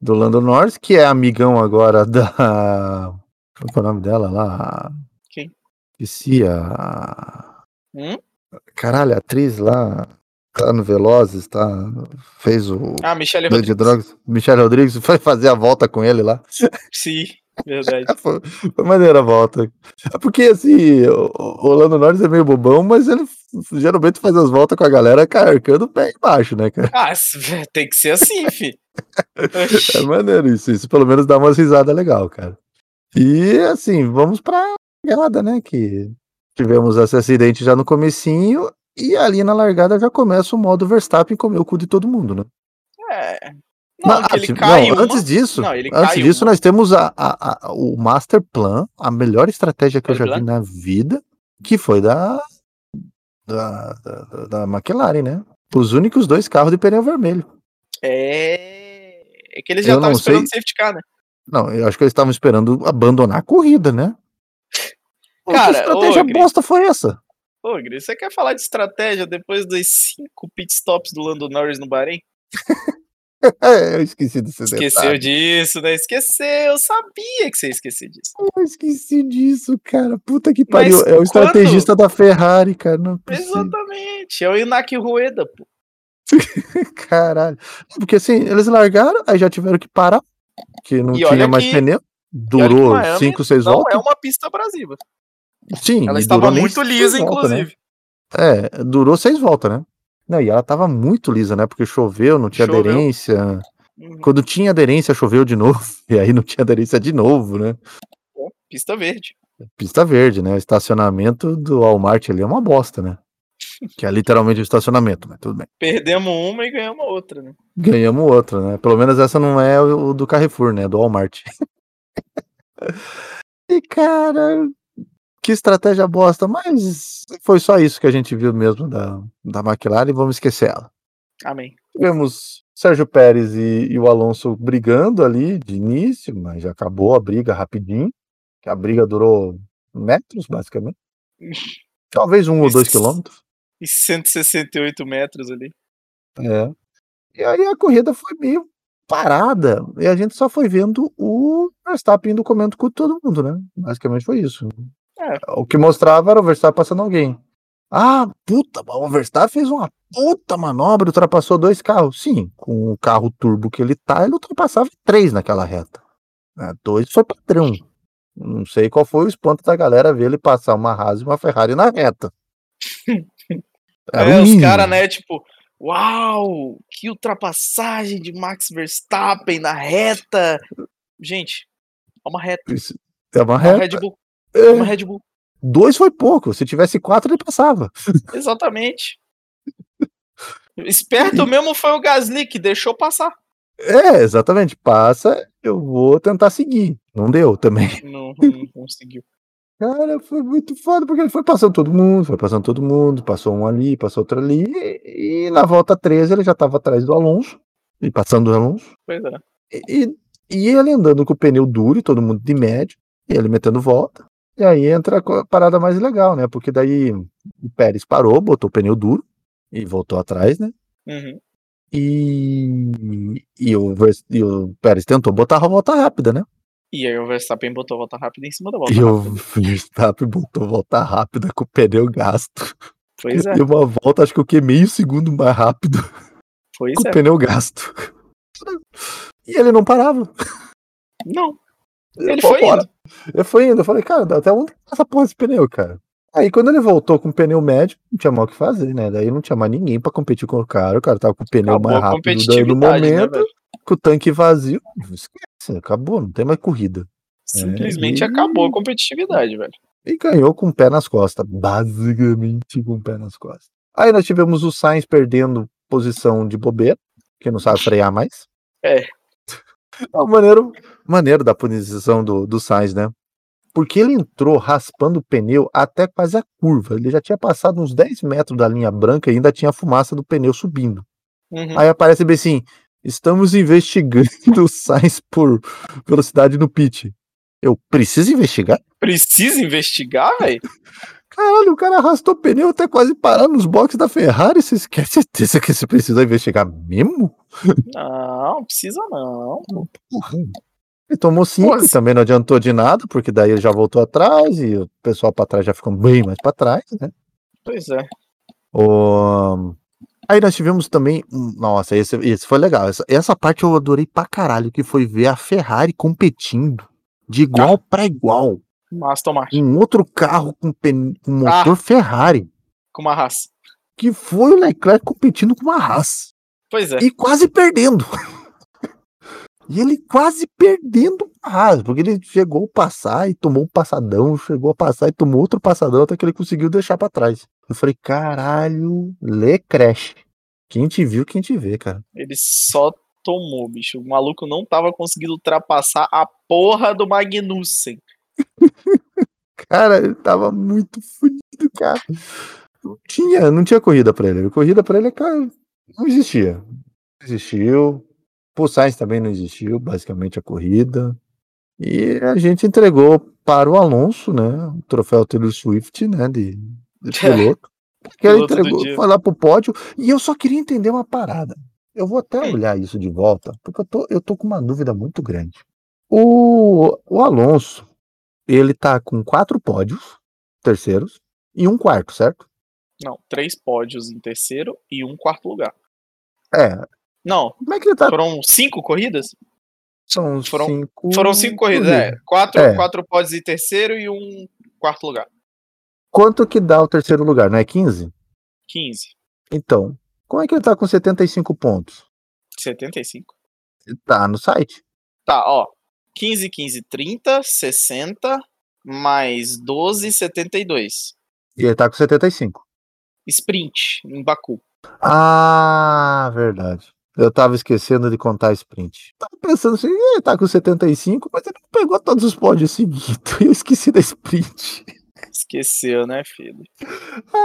do Lando Norris, que é amigão agora da. Qual que é o nome dela lá?
Quem?
Esqueci a.
Hum?
Caralho, a atriz lá. Tá no Velozes, tá. Fez o.
Ah, Michelle
Doido de
Rodrigues.
drogas. Michel Rodrigues foi fazer a volta com ele lá. É,
Sim, verdade.
Foi, foi maneira a volta. Porque assim, o, o Lando Norris é meio bobão, mas ele f- geralmente faz as voltas com a galera carcando o pé embaixo, né, cara?
Ah, s- tem que ser assim, fi. Oxi.
É maneiro isso. Isso pelo menos dá uma risada legal, cara. E assim, vamos pra largada, né? Que tivemos esse acidente já no comecinho. E ali na largada já começa o modo Verstappen comer o cu de todo mundo, né?
É.
Não,
Não, que
ah,
ele
tipo,
cai um
não,
uma-
antes disso,
Não, ele
antes
cai
disso
uma.
nós temos a, a- a- o master plan, a melhor estratégia que eu já
Master
vi na vida, que foi da da, da, da- da McLaren, né? Os únicos dois carros de pneu vermelho.
É. É que eles já
Eu não
estavam esperando o
sei.
safety car, né?
Não, eu acho que eles estavam esperando abandonar a corrida, né?
Cara,
que estratégia
ô, Gris.
bosta foi essa?
Ô, Gris, você quer falar de estratégia depois dos cinco pitstops do Lando Norris no Bahrein?
É, eu esqueci desse
Esqueceu
detalhe.
disso, né? Esqueceu. Eu sabia que você ia esquecer disso.
Eu esqueci disso, cara. Puta que pariu. é o
quando?
estrategista da Ferrari, cara. Não é possível.
Exatamente. É o Inaki Rueda, pô.
Caralho. Porque assim, eles largaram, aí já tiveram que parar, porque não
E olha
tinha mais
que-
pneu.
E olha que
Durou
Miami
5, 6
Não é
voltas.
uma pista abrasiva.
Sim,
Ela
e
estava
durou nem
muito
seis
lisa,
voltas, né?
inclusive.
É, durou seis voltas, né? Não, e ela tava muito lisa, né? Porque choveu, não tinha
Choveu.
aderência.
Uhum.
Quando tinha aderência, choveu de novo. E aí não tinha aderência de novo, né?
Pista verde.
Pista verde, né? O estacionamento do Walmart ali é uma bosta, né? Que é literalmente o estacionamento, mas tudo bem.
Perdemos uma e ganhamos outra, né?
Ganhamos outra, né? Pelo menos essa não é o do Carrefour, né? Do Walmart. e, cara, que estratégia bosta, mas foi só isso que a gente viu mesmo da, da McLaren e vamos esquecer ela.
Amém.
Tivemos Sérgio Pérez e, e o Alonso brigando ali de início, mas já acabou a briga rapidinho. Que a briga durou metros, basicamente. Talvez um ou dois
Isso.
quilômetros.
E 168 metros ali.
É. E aí a corrida foi meio parada. E a gente só foi vendo o Verstappen indo comendo com todo mundo, né? Basicamente foi isso.
É.
O que mostrava era o Verstappen passando alguém. Ah, puta, mas o Verstappen fez uma puta manobra, ultrapassou dois carros. Sim, com o carro turbo que ele tá, ele ultrapassava três naquela reta. né? Dois foi padrão. Não sei qual foi o espanto da galera ver ele passar uma Haas e uma Ferrari na reta. Era
é,
o
os
mínimo.
caras, né, tipo, uau, que ultrapassagem de Max Verstappen na reta. Gente, é uma reta.
Isso- É uma
É uma
reta.
Red Bull. É
É.
uma Red Bull.
Dois foi pouco. Se tivesse quatro, ele passava.
Exatamente. Esperto mesmo foi o Gasly, que deixou passar.
É, exatamente. Passa, eu vou tentar seguir. Não deu também.
Não, não conseguiu.
Cara, foi muito foda, porque ele foi passando todo mundo, foi passando todo mundo, passou um ali, passou outro ali, e, e na volta 13 ele já tava atrás do Alonso, e passando o Alonso,
Pois é.
e, e- e ele andando com o pneu duro, e todo mundo de médio, e ele metendo volta. E aí entra a co- a parada mais legal, né? Porque daí o Pérez parou, botou o pneu duro, e voltou atrás, né?
Uhum.
E, e, o, Vers- e o Pérez tentou botar a volta rápida, né?
E aí o Verstappen botou a volta rápida em cima da volta.
E o
rápida.
Verstappen botou volta rápida com o pneu gasto.
Pois é,
E uma volta, acho que o que? Meio segundo mais rápido
pois
com
é.
o pneu gasto. E ele não parava.
Não, ele foi
Vambora.
indo.
Ele foi indo. Eu falei, cara, até onde tá essa porra desse pneu, cara? Aí quando ele voltou com o pneu médio, não tinha mais o que fazer, né? Daí não tinha mais ninguém pra competir com o cara. O cara tava com o pneu
Acabou
mais
a
rápido da- no
competitividade, né,
momento,
velho?
com o tanque vazio. Esquece, acabou, não tem mais corrida.
Simplesmente
e-
acabou a competitividade, velho.
e ganhou com o pé nas costas, basicamente com o pé nas costas. Aí nós tivemos o Sainz perdendo posição de bobeira, que não sabe frear mais.
É.
É o maneiro, maneiro da punição do, do Sainz, né? Porque ele entrou raspando o pneu até quase a curva. Ele já tinha passado uns 10 metros da linha branca e ainda tinha a fumaça do pneu subindo.
Uhum.
Aí aparece bem assim: estamos investigando o Sainz por velocidade no pit. Eu preciso investigar?
Precisa investigar, velho?
Caralho, o cara arrastou o pneu até quase parar nos boxes da Ferrari. Vocês querem certeza que você precisa investigar mesmo?
Não, precisa não.
Porra. Ele tomou cinco,
Porra, se-
também não adiantou de nada, porque daí ele já voltou atrás e o pessoal pra trás já ficou bem mais pra trás, né?
Pois é.
O- Aí nós tivemos também. um- Nossa, esse, esse foi legal. Essa, essa parte eu adorei pra caralho, que foi ver a Ferrari competindo de igual pra igual
Aston Martin,
em outro carro com, pen- com motor Ferrari,
com uma raça.
que foi o Leclerc competindo com uma raça.
Pois é.
e quase perdendo. E ele quase perdendo a Haas, porque ele chegou a passar e tomou um passadão, chegou a passar e tomou outro passadão, até que ele conseguiu deixar pra trás. Eu falei, caralho, lê creche. Quem te viu, quem te vê, cara.
Ele só tomou, bicho. O maluco não tava conseguindo ultrapassar a porra do Magnussen.
Cara, ele tava muito fudido, cara. Não tinha, não tinha corrida pra ele. Corrida pra ele, cara, não existia. Não existiu. Pro Sainz também não existiu, basicamente, a corrida. E a gente entregou para o Alonso, né? O troféu Taylor Swift, né? De, de piloto. Que ele
Piloto do
entregou,
dia.
foi lá pro pódio. E eu só queria entender uma parada. Eu vou até
Hum.
olhar isso de volta, porque eu tô, eu tô com uma dúvida muito grande. O, o Alonso, ele tá com quatro pódios, terceiros, e um quarto, certo?
Não, três pódios em terceiro e um quarto lugar.
É.
Não,
Como é que ele tá?
foram cinco corridas?
São
foram-
cinco.
Foram cinco corridas, é. Quatro,
É.
quatro pódios em terceiro e um quarto lugar.
Quanto que dá o terceiro lugar? Não é 15?
15.
Então, como é que ele tá com 75 pontos?
75.
Tá no site.
Tá, ó. 15, 15, 30, 60, mais 12, 72.
E ele tá com 75.
Sprint em Baku.
Ah, verdade. Eu tava esquecendo de contar sprint. Tava pensando assim, ele tá com 75, mas ele pegou todos os pódios seguidos. E eu esqueci da sprint.
Esqueceu, né, filho?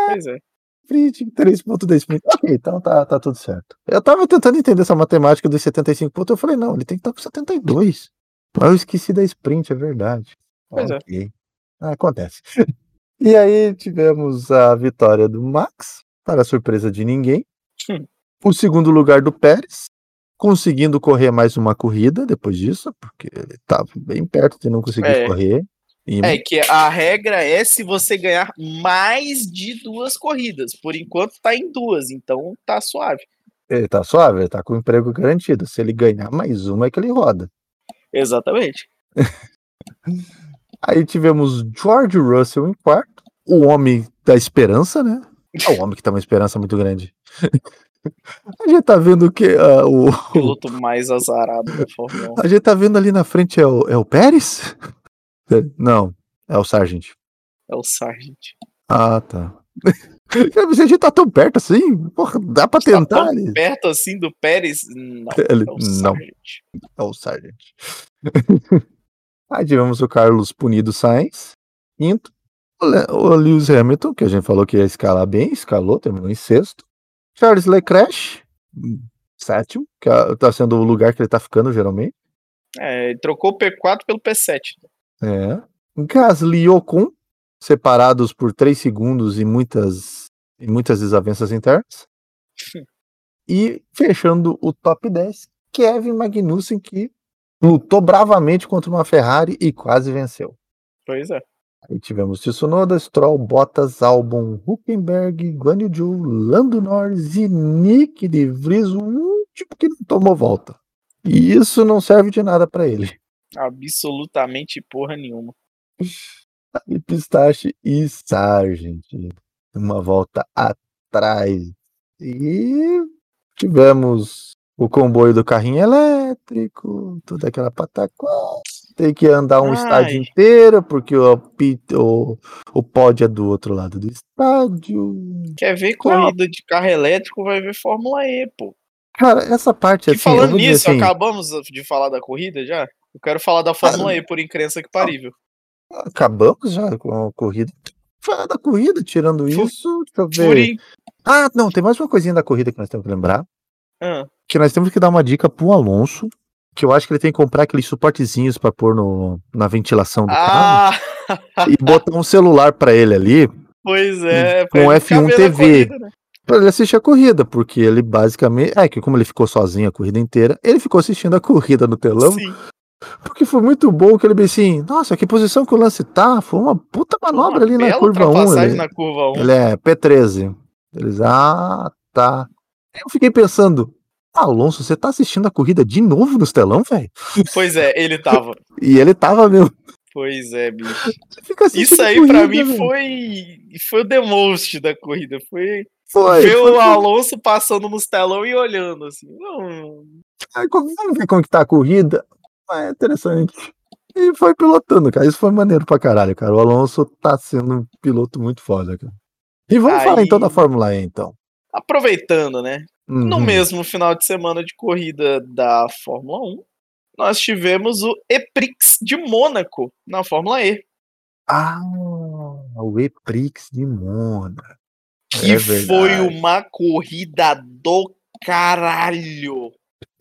Pois é.
Sprint, 3 pontos da sprint. Ok, então tá, tá tudo certo. Eu tava tentando entender essa matemática dos 75 pontos. Eu falei, não, ele tem que estar com 72. Mas Ah, eu esqueci da sprint, é verdade.
Pois é.
Ok. Ah, Acontece. E aí tivemos a vitória do Max, para surpresa de ninguém.
Hum.
O segundo lugar do Pérez, conseguindo correr mais uma corrida depois disso, porque ele estava bem perto de não conseguir
É.
correr. E
É que a regra é se você ganhar mais de duas corridas. Por enquanto tá em duas, então tá suave.
ele tá suave, ele tá com o emprego garantido. Se ele ganhar mais uma, é que ele roda.
Exatamente.
Aí tivemos George Russell em quarto, o homem da esperança, né? É o homem que tá uma esperança muito grande. A gente tá vendo que ah, o,
Piloto mais azarado da Fórmula 1.
A gente tá vendo ali na frente é o, é o Pérez? É, Não, é o Sargent.
É o Sargent.
Ah, tá. Se a gente tá tão perto assim, porra, dá pra
Tá
tentar
tão
ali.
perto assim do Pérez? Não.
Ele-
É o
não,
Sargent.
é o Sargent. Aí tivemos o Carlos punido Sainz, quinto. O Le- O Lewis Hamilton, que a gente falou que ia escalar bem, escalou, terminou em sexto. Charles Leclerc, hum, sétimo, que ah, tá sendo o lugar que ele tá ficando geralmente.
É, ele trocou o P4 pelo P7.
É. Gasly e Ocon, separados por 3 segundos e muitas, e muitas desavenças internas. E fechando o top 10, Kevin Magnussen, que lutou bravamente contra uma Ferrari e quase venceu.
Pois é.
Aí tivemos Tsunoda, Stroll, Bottas, Albon, Huckenberg, Guan Yu Zhou, Lando Norris e Nick de Vries, o último que não tomou volta. E isso não serve de nada para ele.
Absolutamente porra nenhuma.
E Pistache e Sargent. Uma volta atrás. E tivemos o comboio do carrinho elétrico, toda aquela pataquada. Tem que andar um
Ai.
estádio inteiro, porque o, pit- o, o pódio é do outro lado do estádio.
Quer ver corrida de carro elétrico, vai ver Fórmula E, pô.
Cara, essa parte
E
assim. eu
falando
vou dizer
nisso,
assim,
acabamos de falar da corrida já? Eu quero falar da
Ah,
Fórmula E, por incrença que parível.
acabamos já com a corrida. Fala da corrida, tirando
Fu-
isso, deixa eu
Por
ver.
in...
Ah, não, tem mais uma coisinha da corrida que nós temos que lembrar.
Ah,
que nós temos que dar uma dica pro Alonso, que eu acho que ele tem que comprar aqueles suportezinhos pra pôr no, na ventilação do carro
Ah,
e botar um celular pra ele ali,
pois é. pra
Com
ele
F1
ficar vendo a
TV.
corrida, né?
pra ele assistir a corrida, porque ele basicamente, é que como ele ficou sozinho a corrida inteira, ele ficou assistindo a corrida no telão,
Sim,
porque foi muito bom que ele bem assim, nossa, que posição que o lance tá, foi uma puta manobra
uma
ali na
bela
curva né? 1,
ultrapassagem
ele,
na curva 1.
ele é P13. Eles, ah, tá. Eu fiquei pensando, Alonso, você tá assistindo a corrida de novo nos telão, velho?
Pois é, ele tava.
E ele tava mesmo.
Pois é, bicho.
Fica assistindo
Isso aí
corrida,
pra mim
né, velho.
foi foi o demost da corrida, foi
Foi, assim,
ver
foi,
o
foi.
Alonso passando nos telão e olhando assim. Não,
Aí, como- Vamos ver como que tá a corrida. Ah, É interessante. E foi pilotando, cara. Isso foi maneiro pra caralho, cara. O Alonso tá sendo um piloto muito foda, cara. E vamos falar
Aí-
então da Fórmula E, então.
aproveitando, né? No
Uhum.
mesmo final de semana de corrida da Fórmula 1, nós tivemos o EPRIX de Mônaco na Fórmula E.
Ah, o E-Prix de Mona.
Que
É verdade.
foi uma corrida do caralho.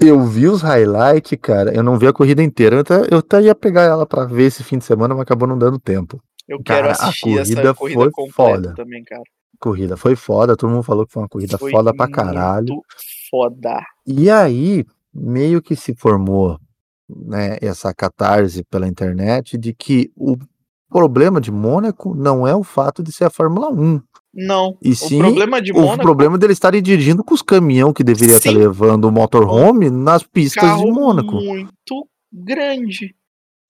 Eu vi os highlights, cara. Eu não vi a corrida inteira. Eu até, eu até ia pegar ela pra ver esse fim de semana, mas acabou não dando tempo.
Eu
Cara,
quero
a
assistir
corrida
essa corrida
foi
completa
foda.
também, cara.
Corrida foi foda. Todo mundo falou que foi uma corrida
Foi
foda pra caralho.
muito Foda.
E aí, meio que se formou né, essa catarse pela internet de que o problema de Mônaco não é o fato de ser a Fórmula 1.
Não.
E
o
sim,
problema de
o
Mônaco,
problema dele estarem dirigindo com os caminhão que deveria estar
Sim.
levando o motorhome nas pistas
carro
de Mônaco.
muito grande.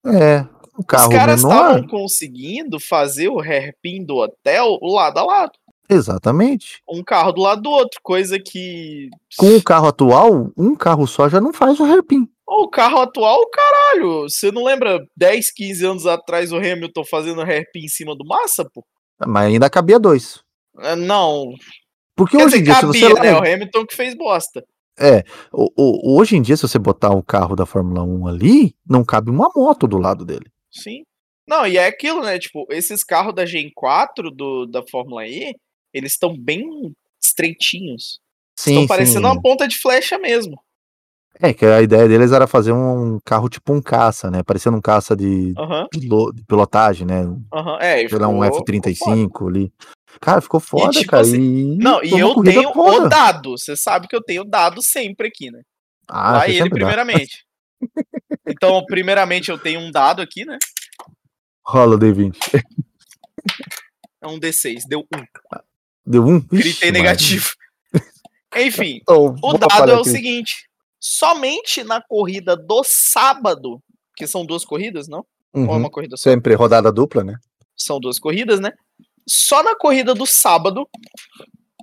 É, o carro
Os caras
menor.
estavam conseguindo fazer o hairpin do hotel lado a lado.
Exatamente.
Um carro do lado do outro, coisa que.
Com o carro atual, um carro só já não faz o hairpin.
O carro atual, caralho. Você não lembra 10, 15 anos atrás o Hamilton fazendo hairpin em cima do Massa, pô?
Mas ainda cabia dois.
É, Não.
Porque
Quer
hoje
dizer,
em dia, se você
cabia, né?
leva-
O Hamilton que fez bosta.
o- o- hoje em dia, se você botar o carro da Fórmula 1 ali, não cabe uma moto do lado dele.
Sim. Não, e é aquilo, né? Tipo, esses carros da Gen 4 do, da Fórmula E, eles estão bem estreitinhos.
Sim,
Estão parecendo
sim.
uma ponta de flecha mesmo.
É que a ideia deles era fazer um carro tipo um caça, né? Parecendo um caça de,
Aham,
pilo- de pilotagem, né?
aham. É, e
Sei lá, um
ficou- ficou foda.
F-35 ali. Cara, ficou foda,
tipo
cara.
assim-
e
Não, e
foi uma
eu
corrida
tenho o
foda.
dado. Você sabe que eu tenho dado sempre aqui, né?
Ah,
Lá
você
ele
sempre dá.
primeiramente. Então, primeiramente, eu tenho um dado aqui, né?
Rola, David.
É um D6, deu um.
Deu um?
Gritei negativo. Enfim, o dado é o seguinte: somente na corrida do sábado, que são duas corridas, não? Ou é uma corrida só?
Uhum. Sempre rodada dupla, né?
São duas corridas, né? Só na corrida do sábado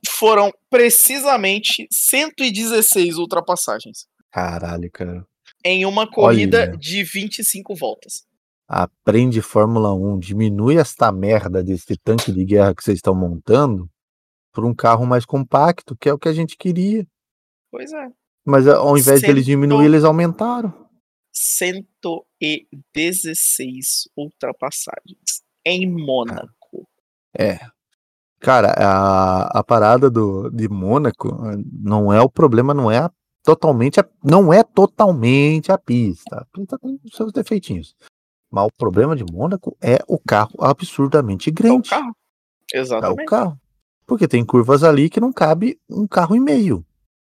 foram precisamente 116 ultrapassagens.
Caralho, cara.
Em uma corrida
Olha.
de 25 voltas.
Aprende Fórmula 1, diminui esta merda desse tanque de guerra que vocês estão montando por um carro mais compacto, que é o que a gente queria.
Pois é.
Mas a- ao invés deles
Sentou.
diminuir, eles aumentaram.
116 ultrapassagens. Em Mônaco.
Cara, a, a parada do, de Mônaco eh, não é o problema, não é a- totalmente, a- não é totalmente a pista. A pista tem os seus defeitinhos. Mas o problema de Mônaco é o carro absurdamente
É o
grande.
carro.
É o
Exatamente.
carro. Porque tem curvas ali que não cabe um carro e meio.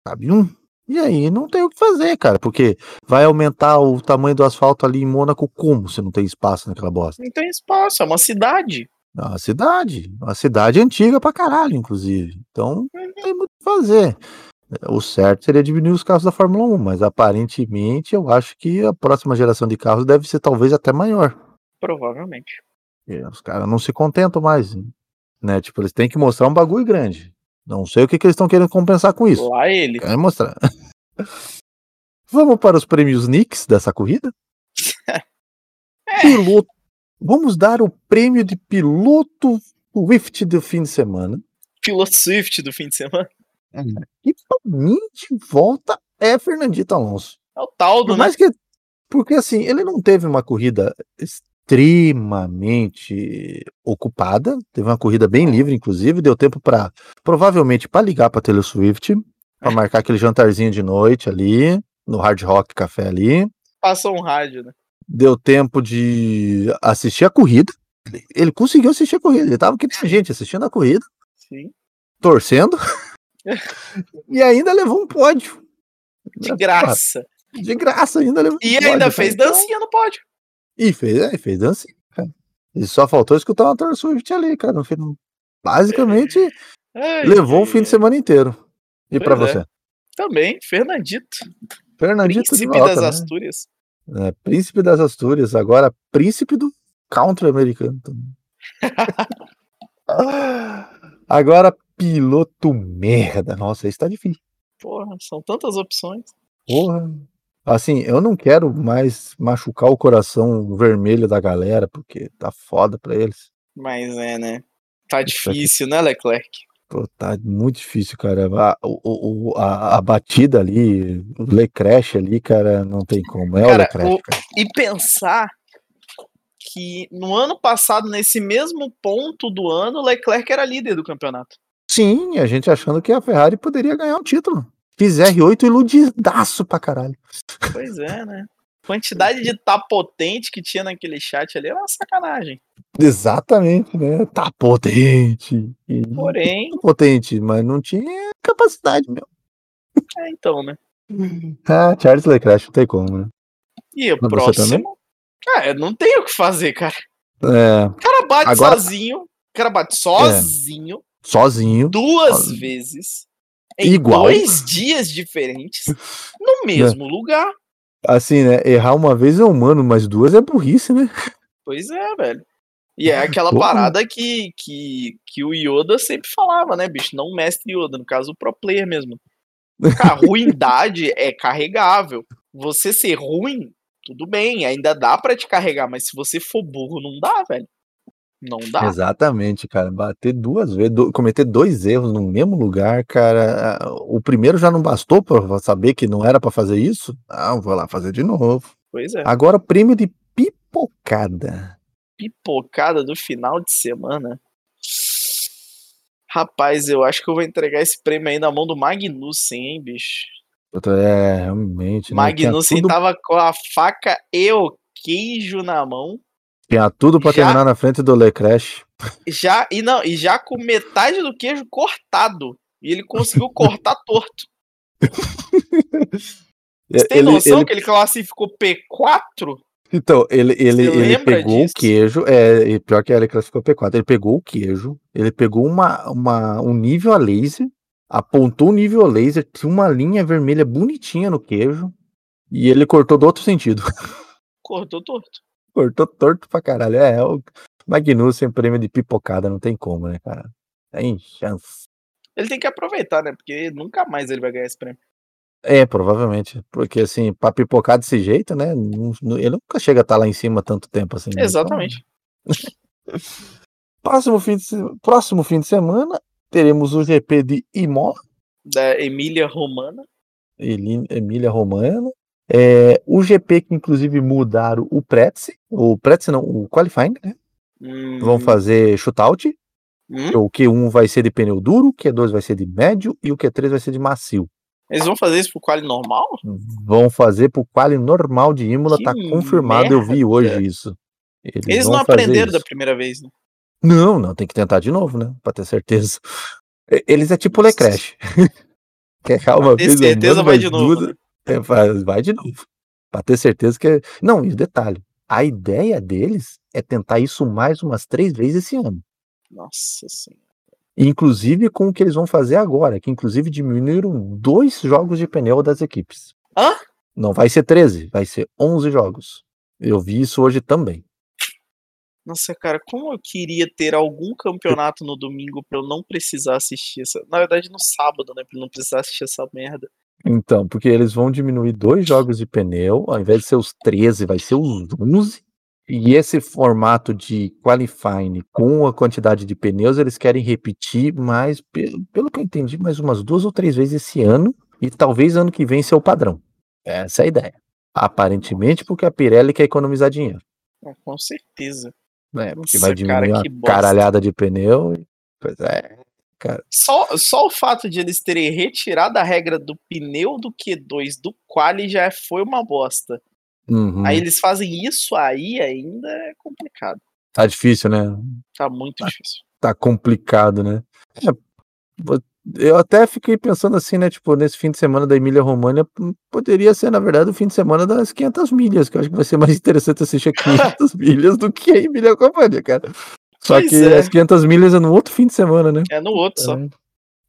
Cabe um. E aí não tem o que fazer, cara. Porque vai aumentar o tamanho do asfalto ali em Mônaco como se não tem espaço naquela bosta?
Não tem espaço, é uma cidade.
É uma cidade. Uma cidade antiga pra caralho, inclusive. Então não tem muito o que fazer. O certo seria diminuir os carros da Fórmula 1, mas aparentemente eu acho que a próxima geração de carros deve ser talvez até maior.
Provavelmente.
Porque É, Os caras não se contentam mais. Né? Tipo, eles têm que mostrar um bagulho grande. Não sei o que, que eles estão querendo compensar com isso.
Lá ele.
Quero mostrar. Vamos para os prêmios Knicks dessa corrida? Piloto. Vamos dar o prêmio de piloto Swift do fim de semana.
Piloto Swift do fim de semana.
E pra mim, de volta, é Fernandito Alonso.
É o Taldo,
Por
né?
mais que. Porque assim, ele não teve uma corrida extremamente ocupada. Teve uma corrida
É.
bem livre, inclusive. Deu tempo para provavelmente para ligar para Taylor Swift, para
É.
marcar aquele jantarzinho de noite ali, no Hard Rock Café ali.
Passou um rádio, né?
Deu tempo de assistir a corrida. Ele conseguiu assistir a corrida. Ele tava que nem a gente assistindo a corrida
Sim.
torcendo e ainda levou um pódio.
De graça.
De graça, ainda levou. um
E
pódio,
ainda
cara.
fez
Então,
dancinha no pódio.
E fez, é, e fez dancinha, cara. E só faltou escutar uma Taylor Swift ali, cara. No final, basicamente,
Ai,
levou o
ai,
fim de
ai.
semana inteiro. E pra
É, Pois é.
você?
Também, Fernandito.
Fernandito de
Príncipe
volta,
das
né?
Astúrias.
É, príncipe das Astúrias, agora príncipe do country americano. também. agora piloto merda. Nossa, isso tá difícil.
Porra, são tantas opções.
Porra. Assim, eu não quero mais machucar o coração vermelho da galera, porque tá foda pra eles.
Mas é, né? Tá
Isso é aqui.
difícil, né, Leclerc?
Pô, tá muito difícil, cara. A, o- o- o- a, a batida ali, o Lecrash ali, cara, não tem como. É o
Cara,
Lecrash,
o-
cara.
E pensar que no ano passado, nesse mesmo ponto do ano, o Leclerc era líder do campeonato.
Sim, a gente achando que a Ferrari poderia ganhar um título. Fiz R8 iludidaço pra caralho.
Pois é, né? Quantidade de tá potente que tinha naquele chat ali era uma sacanagem.
Exatamente, né? Tá potente. E-
Porém,
Potente, mas não tinha capacidade mesmo.
é então, né?
Ah, Charles Lecrache, não tem como, né?
E o
Mas você
próximo. Ah, eu não tenho o que fazer, cara.
É,
O cara bate
Agora-
sozinho. O cara bate sozinho
sozinho.
duas
É. Sozinho.
vezes. Em
Igual. É.
dois dias diferentes. No mesmo lugar.
Assim, né? Errar uma vez é humano, mas duas é burrice, né?
Pois é, velho. E é aquela
Porra.
parada que, que, que o Yoda sempre falava, né, bicho? Não o mestre Yoda, no caso o pro player mesmo. Cara, ruindade é carregável. Você ser ruim, tudo bem, ainda dá pra te carregar, mas se você for burro, não dá, velho. Não dá.
Exatamente, cara. Bater duas vezes, do- cometer dois erros no mesmo lugar, cara. ah, O primeiro já não bastou pra saber que não era pra fazer isso? Ah, vou lá fazer de novo.
Pois é.
Agora, o prêmio de pipocada.
Pipocada do final de semana. Rapaz, eu acho que eu vou entregar esse prêmio aí na mão do Magnussen, hein, bicho?
Eu tô- É, realmente. né, tinha
Magnussen tá
tudo-
tava com a faca e o queijo na mão.
Tinha tudo pra
Já-
terminar na frente do Lecrash.
Já, e não, e já com metade do queijo cortado. E ele conseguiu cortar torto. Você tem noção que ele classificou P4?
Então, ele, ele,
Você
ele
lembra
pegou
disso?
o queijo, é, e pior que ele classificou P4, ele pegou o queijo, ele pegou uma, uma, um nível a laser, apontou o nível a laser, tinha uma linha vermelha bonitinha no queijo, e ele cortou do outro sentido.
Cortou torto.
cortou torto pra caralho. É, o Magnussen, prêmio de pipocada, não tem como, né, cara? Tem chance.
Ele tem que aproveitar, né? Porque nunca mais ele vai ganhar esse prêmio.
É, provavelmente, porque assim, pra pipocar desse jeito, né, não- não- ele nunca chega a estar lá em cima tanto tempo assim. né, então-
Exatamente.
Próximo fim de, se- próximo fim de semana, teremos o GP de Imola,
Da Emília Romana.
Eli- Emília Romana. É, o GP que, inclusive, mudaram o Pretzi, o Pretzi não, o Qualifying, né?
Hum,
Vão fazer shootout.
hum?
O Q1 vai ser de pneu duro, o Q2 vai ser de médio e o Q3 vai ser de macio.
Eles vão fazer isso pro quali normal?
Vão fazer pro quali normal de Imola,
Que
tá confirmado, eu vi hoje isso. Eles,
Eles
vão
não
fazer
aprenderam
isso.
da primeira vez, né?
Não, não, tem que tentar de novo, né? Pra ter certeza. E- Eles é tipo Lecrash. Quer calma, é
ter certeza, vai de novo, né?
vai de novo. Pra ter certeza que. é- Não, e o detalhe: a ideia deles é tentar isso mais umas três vezes esse ano.
Nossa senhora.
Inclusive com o que eles vão fazer agora, que inclusive diminuíram dois jogos de pneu das equipes.
Hã?
Não vai ser 13, vai ser 11 jogos. Eu vi isso hoje também.
Nossa, cara, como eu queria ter algum campeonato no domingo pra eu não precisar assistir essa. Na verdade, no sábado, né? Pra eu não precisar assistir essa merda.
Então, porque eles vão diminuir dois jogos de pneu, ao invés de ser os 13, vai ser os 11. E esse formato de qualifying com a quantidade de pneus, eles querem repetir mais, pe- pelo que eu entendi, mais umas duas ou três vezes esse ano, e talvez ano que vem ser o padrão. Essa é a ideia. Aparentemente, porque a Pirelli quer economizar dinheiro.
Ah, Com certeza.
né? Porque
Nossa,
vai
cara,
diminuir
que
uma
bosta.
caralhada de pneu. e- Pois é.
Só, só o fato de eles terem retirado a regra do pneu do Q2 do quali já foi uma bosta.
Uhum.
Aí eles fazem isso aí ainda é complicado.
Tá difícil, né?
Tá muito difícil.
tá complicado, né? É, vo- eu até fiquei pensando assim, né? Tipo, nesse fim de semana da Emília România, p- poderia ser, na verdade, o fim de semana das 500 milhas, que eu acho que vai ser mais interessante assistir a 500 milhas do que a Emília România, cara. Só
Pois
que
é.
as 500 milhas é no outro fim de semana, né?
É no outro só.
É.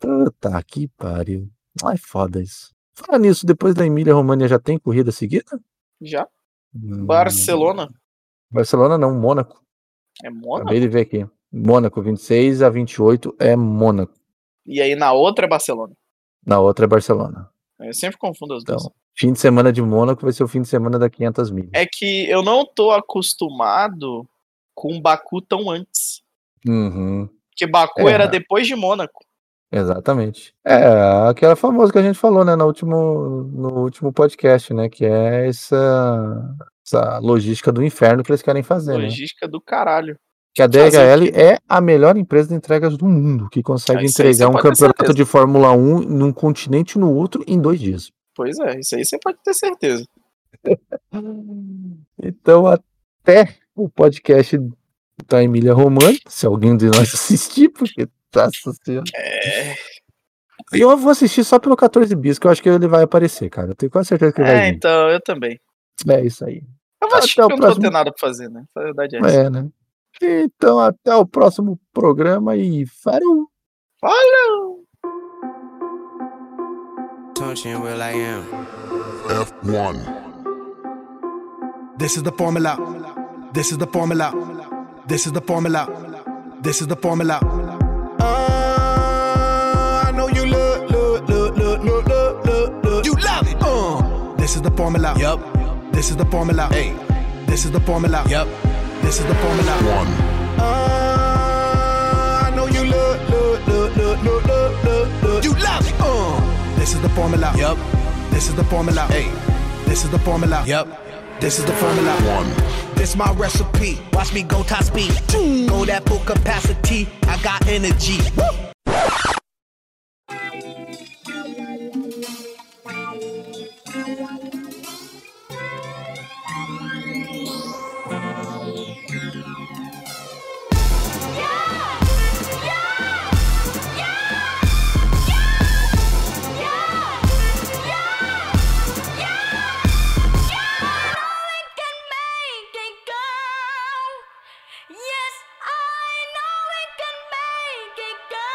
Puta que pariu. Ai, foda isso. Fala nisso, depois da Emília România já tem corrida seguida?
Já.
Hum,
Barcelona.
Barcelona não, Mônaco.
É Mônaco.
Acabei de ver aqui. Mônaco, 26 a 28 é Mônaco.
E aí na outra é Barcelona.
Na outra é Barcelona.
Eu sempre confundo as duas.
Então, fim de semana de Mônaco vai ser o fim de semana da 500 milhas.
É que eu não tô acostumado com Baku tão antes.
Uhum,
Porque Baku
É.
era depois de Mônaco.
exatamente. É, aquela famosa que a gente falou, né, no último, no último podcast, né, que é essa, essa logística do inferno que eles querem fazer, né?
Logística do caralho.
Que a
Fazer o
DHL
quê?
é a melhor empresa de entregas do mundo, que consegue
Ah, isso aí você
entregar um
pode ter
campeonato
certeza.
de Fórmula 1 num continente e no outro em dois dias.
Pois é, isso aí você pode ter certeza.
Então, até o podcast da Emília Romani, se alguém de nós assistir, porque tá assistindo.
É.
E eu vou assistir só pelo 14 bis, que eu acho que ele vai aparecer, cara. Eu tenho quase certeza que ele vai
É,
vir.
então, eu também.
É isso aí.
Eu vou assistir
Até é o
porque eu não vou
próximo.
ter nada pra fazer, né? A verdade é essa.
É, né? Então, até o próximo programa e farou!
Touching Will I am.
This is the formula. This is the formula. This is the formula. This is the formula. Uh, I know you look, look, look, look, look, look, look, look. You love it. Uh, this is the formula. Yep. This is the formula. Hey. This is the formula. Yep. This is the formula. One. Uh, I know you look, look, look, look, look, look, look, look. You love it. Uh, this is the formula. Yep. This is the formula. Hey. This is the formula. Yep. This is the formula. One.
This my recipe. Watch me go top speed. Go that full capacity. I got energy.
can make it go. Yes, I know it can make it go.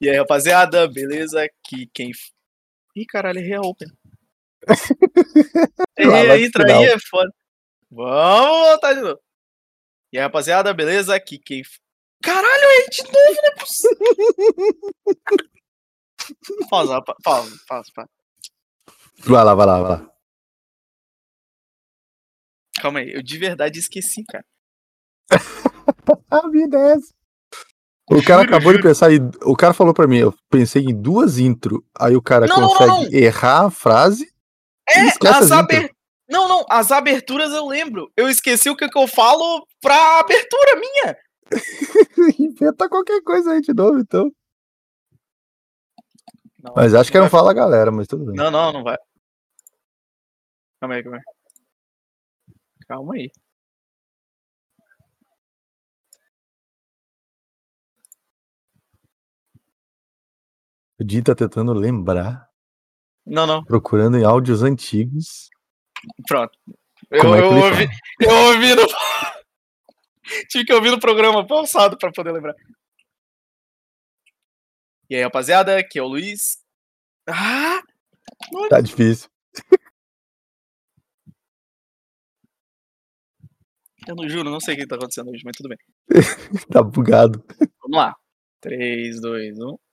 E aí, rapaziada, beleza? Aqui quem. Ih, caralho, errei a open.
Lá
Errei
vai
a intro aí,
final.
é foda. Vamos voltar de novo. E aí, rapaziada, beleza? Aqui quem. Caralho, é de novo, não é possível. pausa, rapa- pausa, pausa, pausa.
Vai lá, vai lá, vai lá.
Calma aí, eu de verdade esqueci, cara.
A vida é essa. O cara acabou de pensar em. O cara falou pra mim, eu pensei em duas intro. Aí o cara
Não, não, não,
consegue errar a frase. e
É,
esquece
as
as intro.
aber... Não, não, as aberturas eu lembro. Eu esqueci o que, que eu falo pra abertura minha.
Inventa qualquer coisa aí de novo, então.
Não,
Mas acho que
não
era um fala galera, mas tudo bem.
Não, não, não vai. Calma aí, calma aí. Calma aí.
O Di tá tentando lembrar,
Não, não,
procurando em áudios antigos.
pronto. Eu,
Como é que
eu
ele
ouvi, eu ouvi no. Tive que ouvir no programa passado pra poder lembrar. E aí, rapaziada, aqui é o Luiz. Ah!
Tá difícil.
Eu não juro, não sei o que tá acontecendo hoje, mas tudo bem.
Tá bugado.
Vamos lá. 3, 2, 1.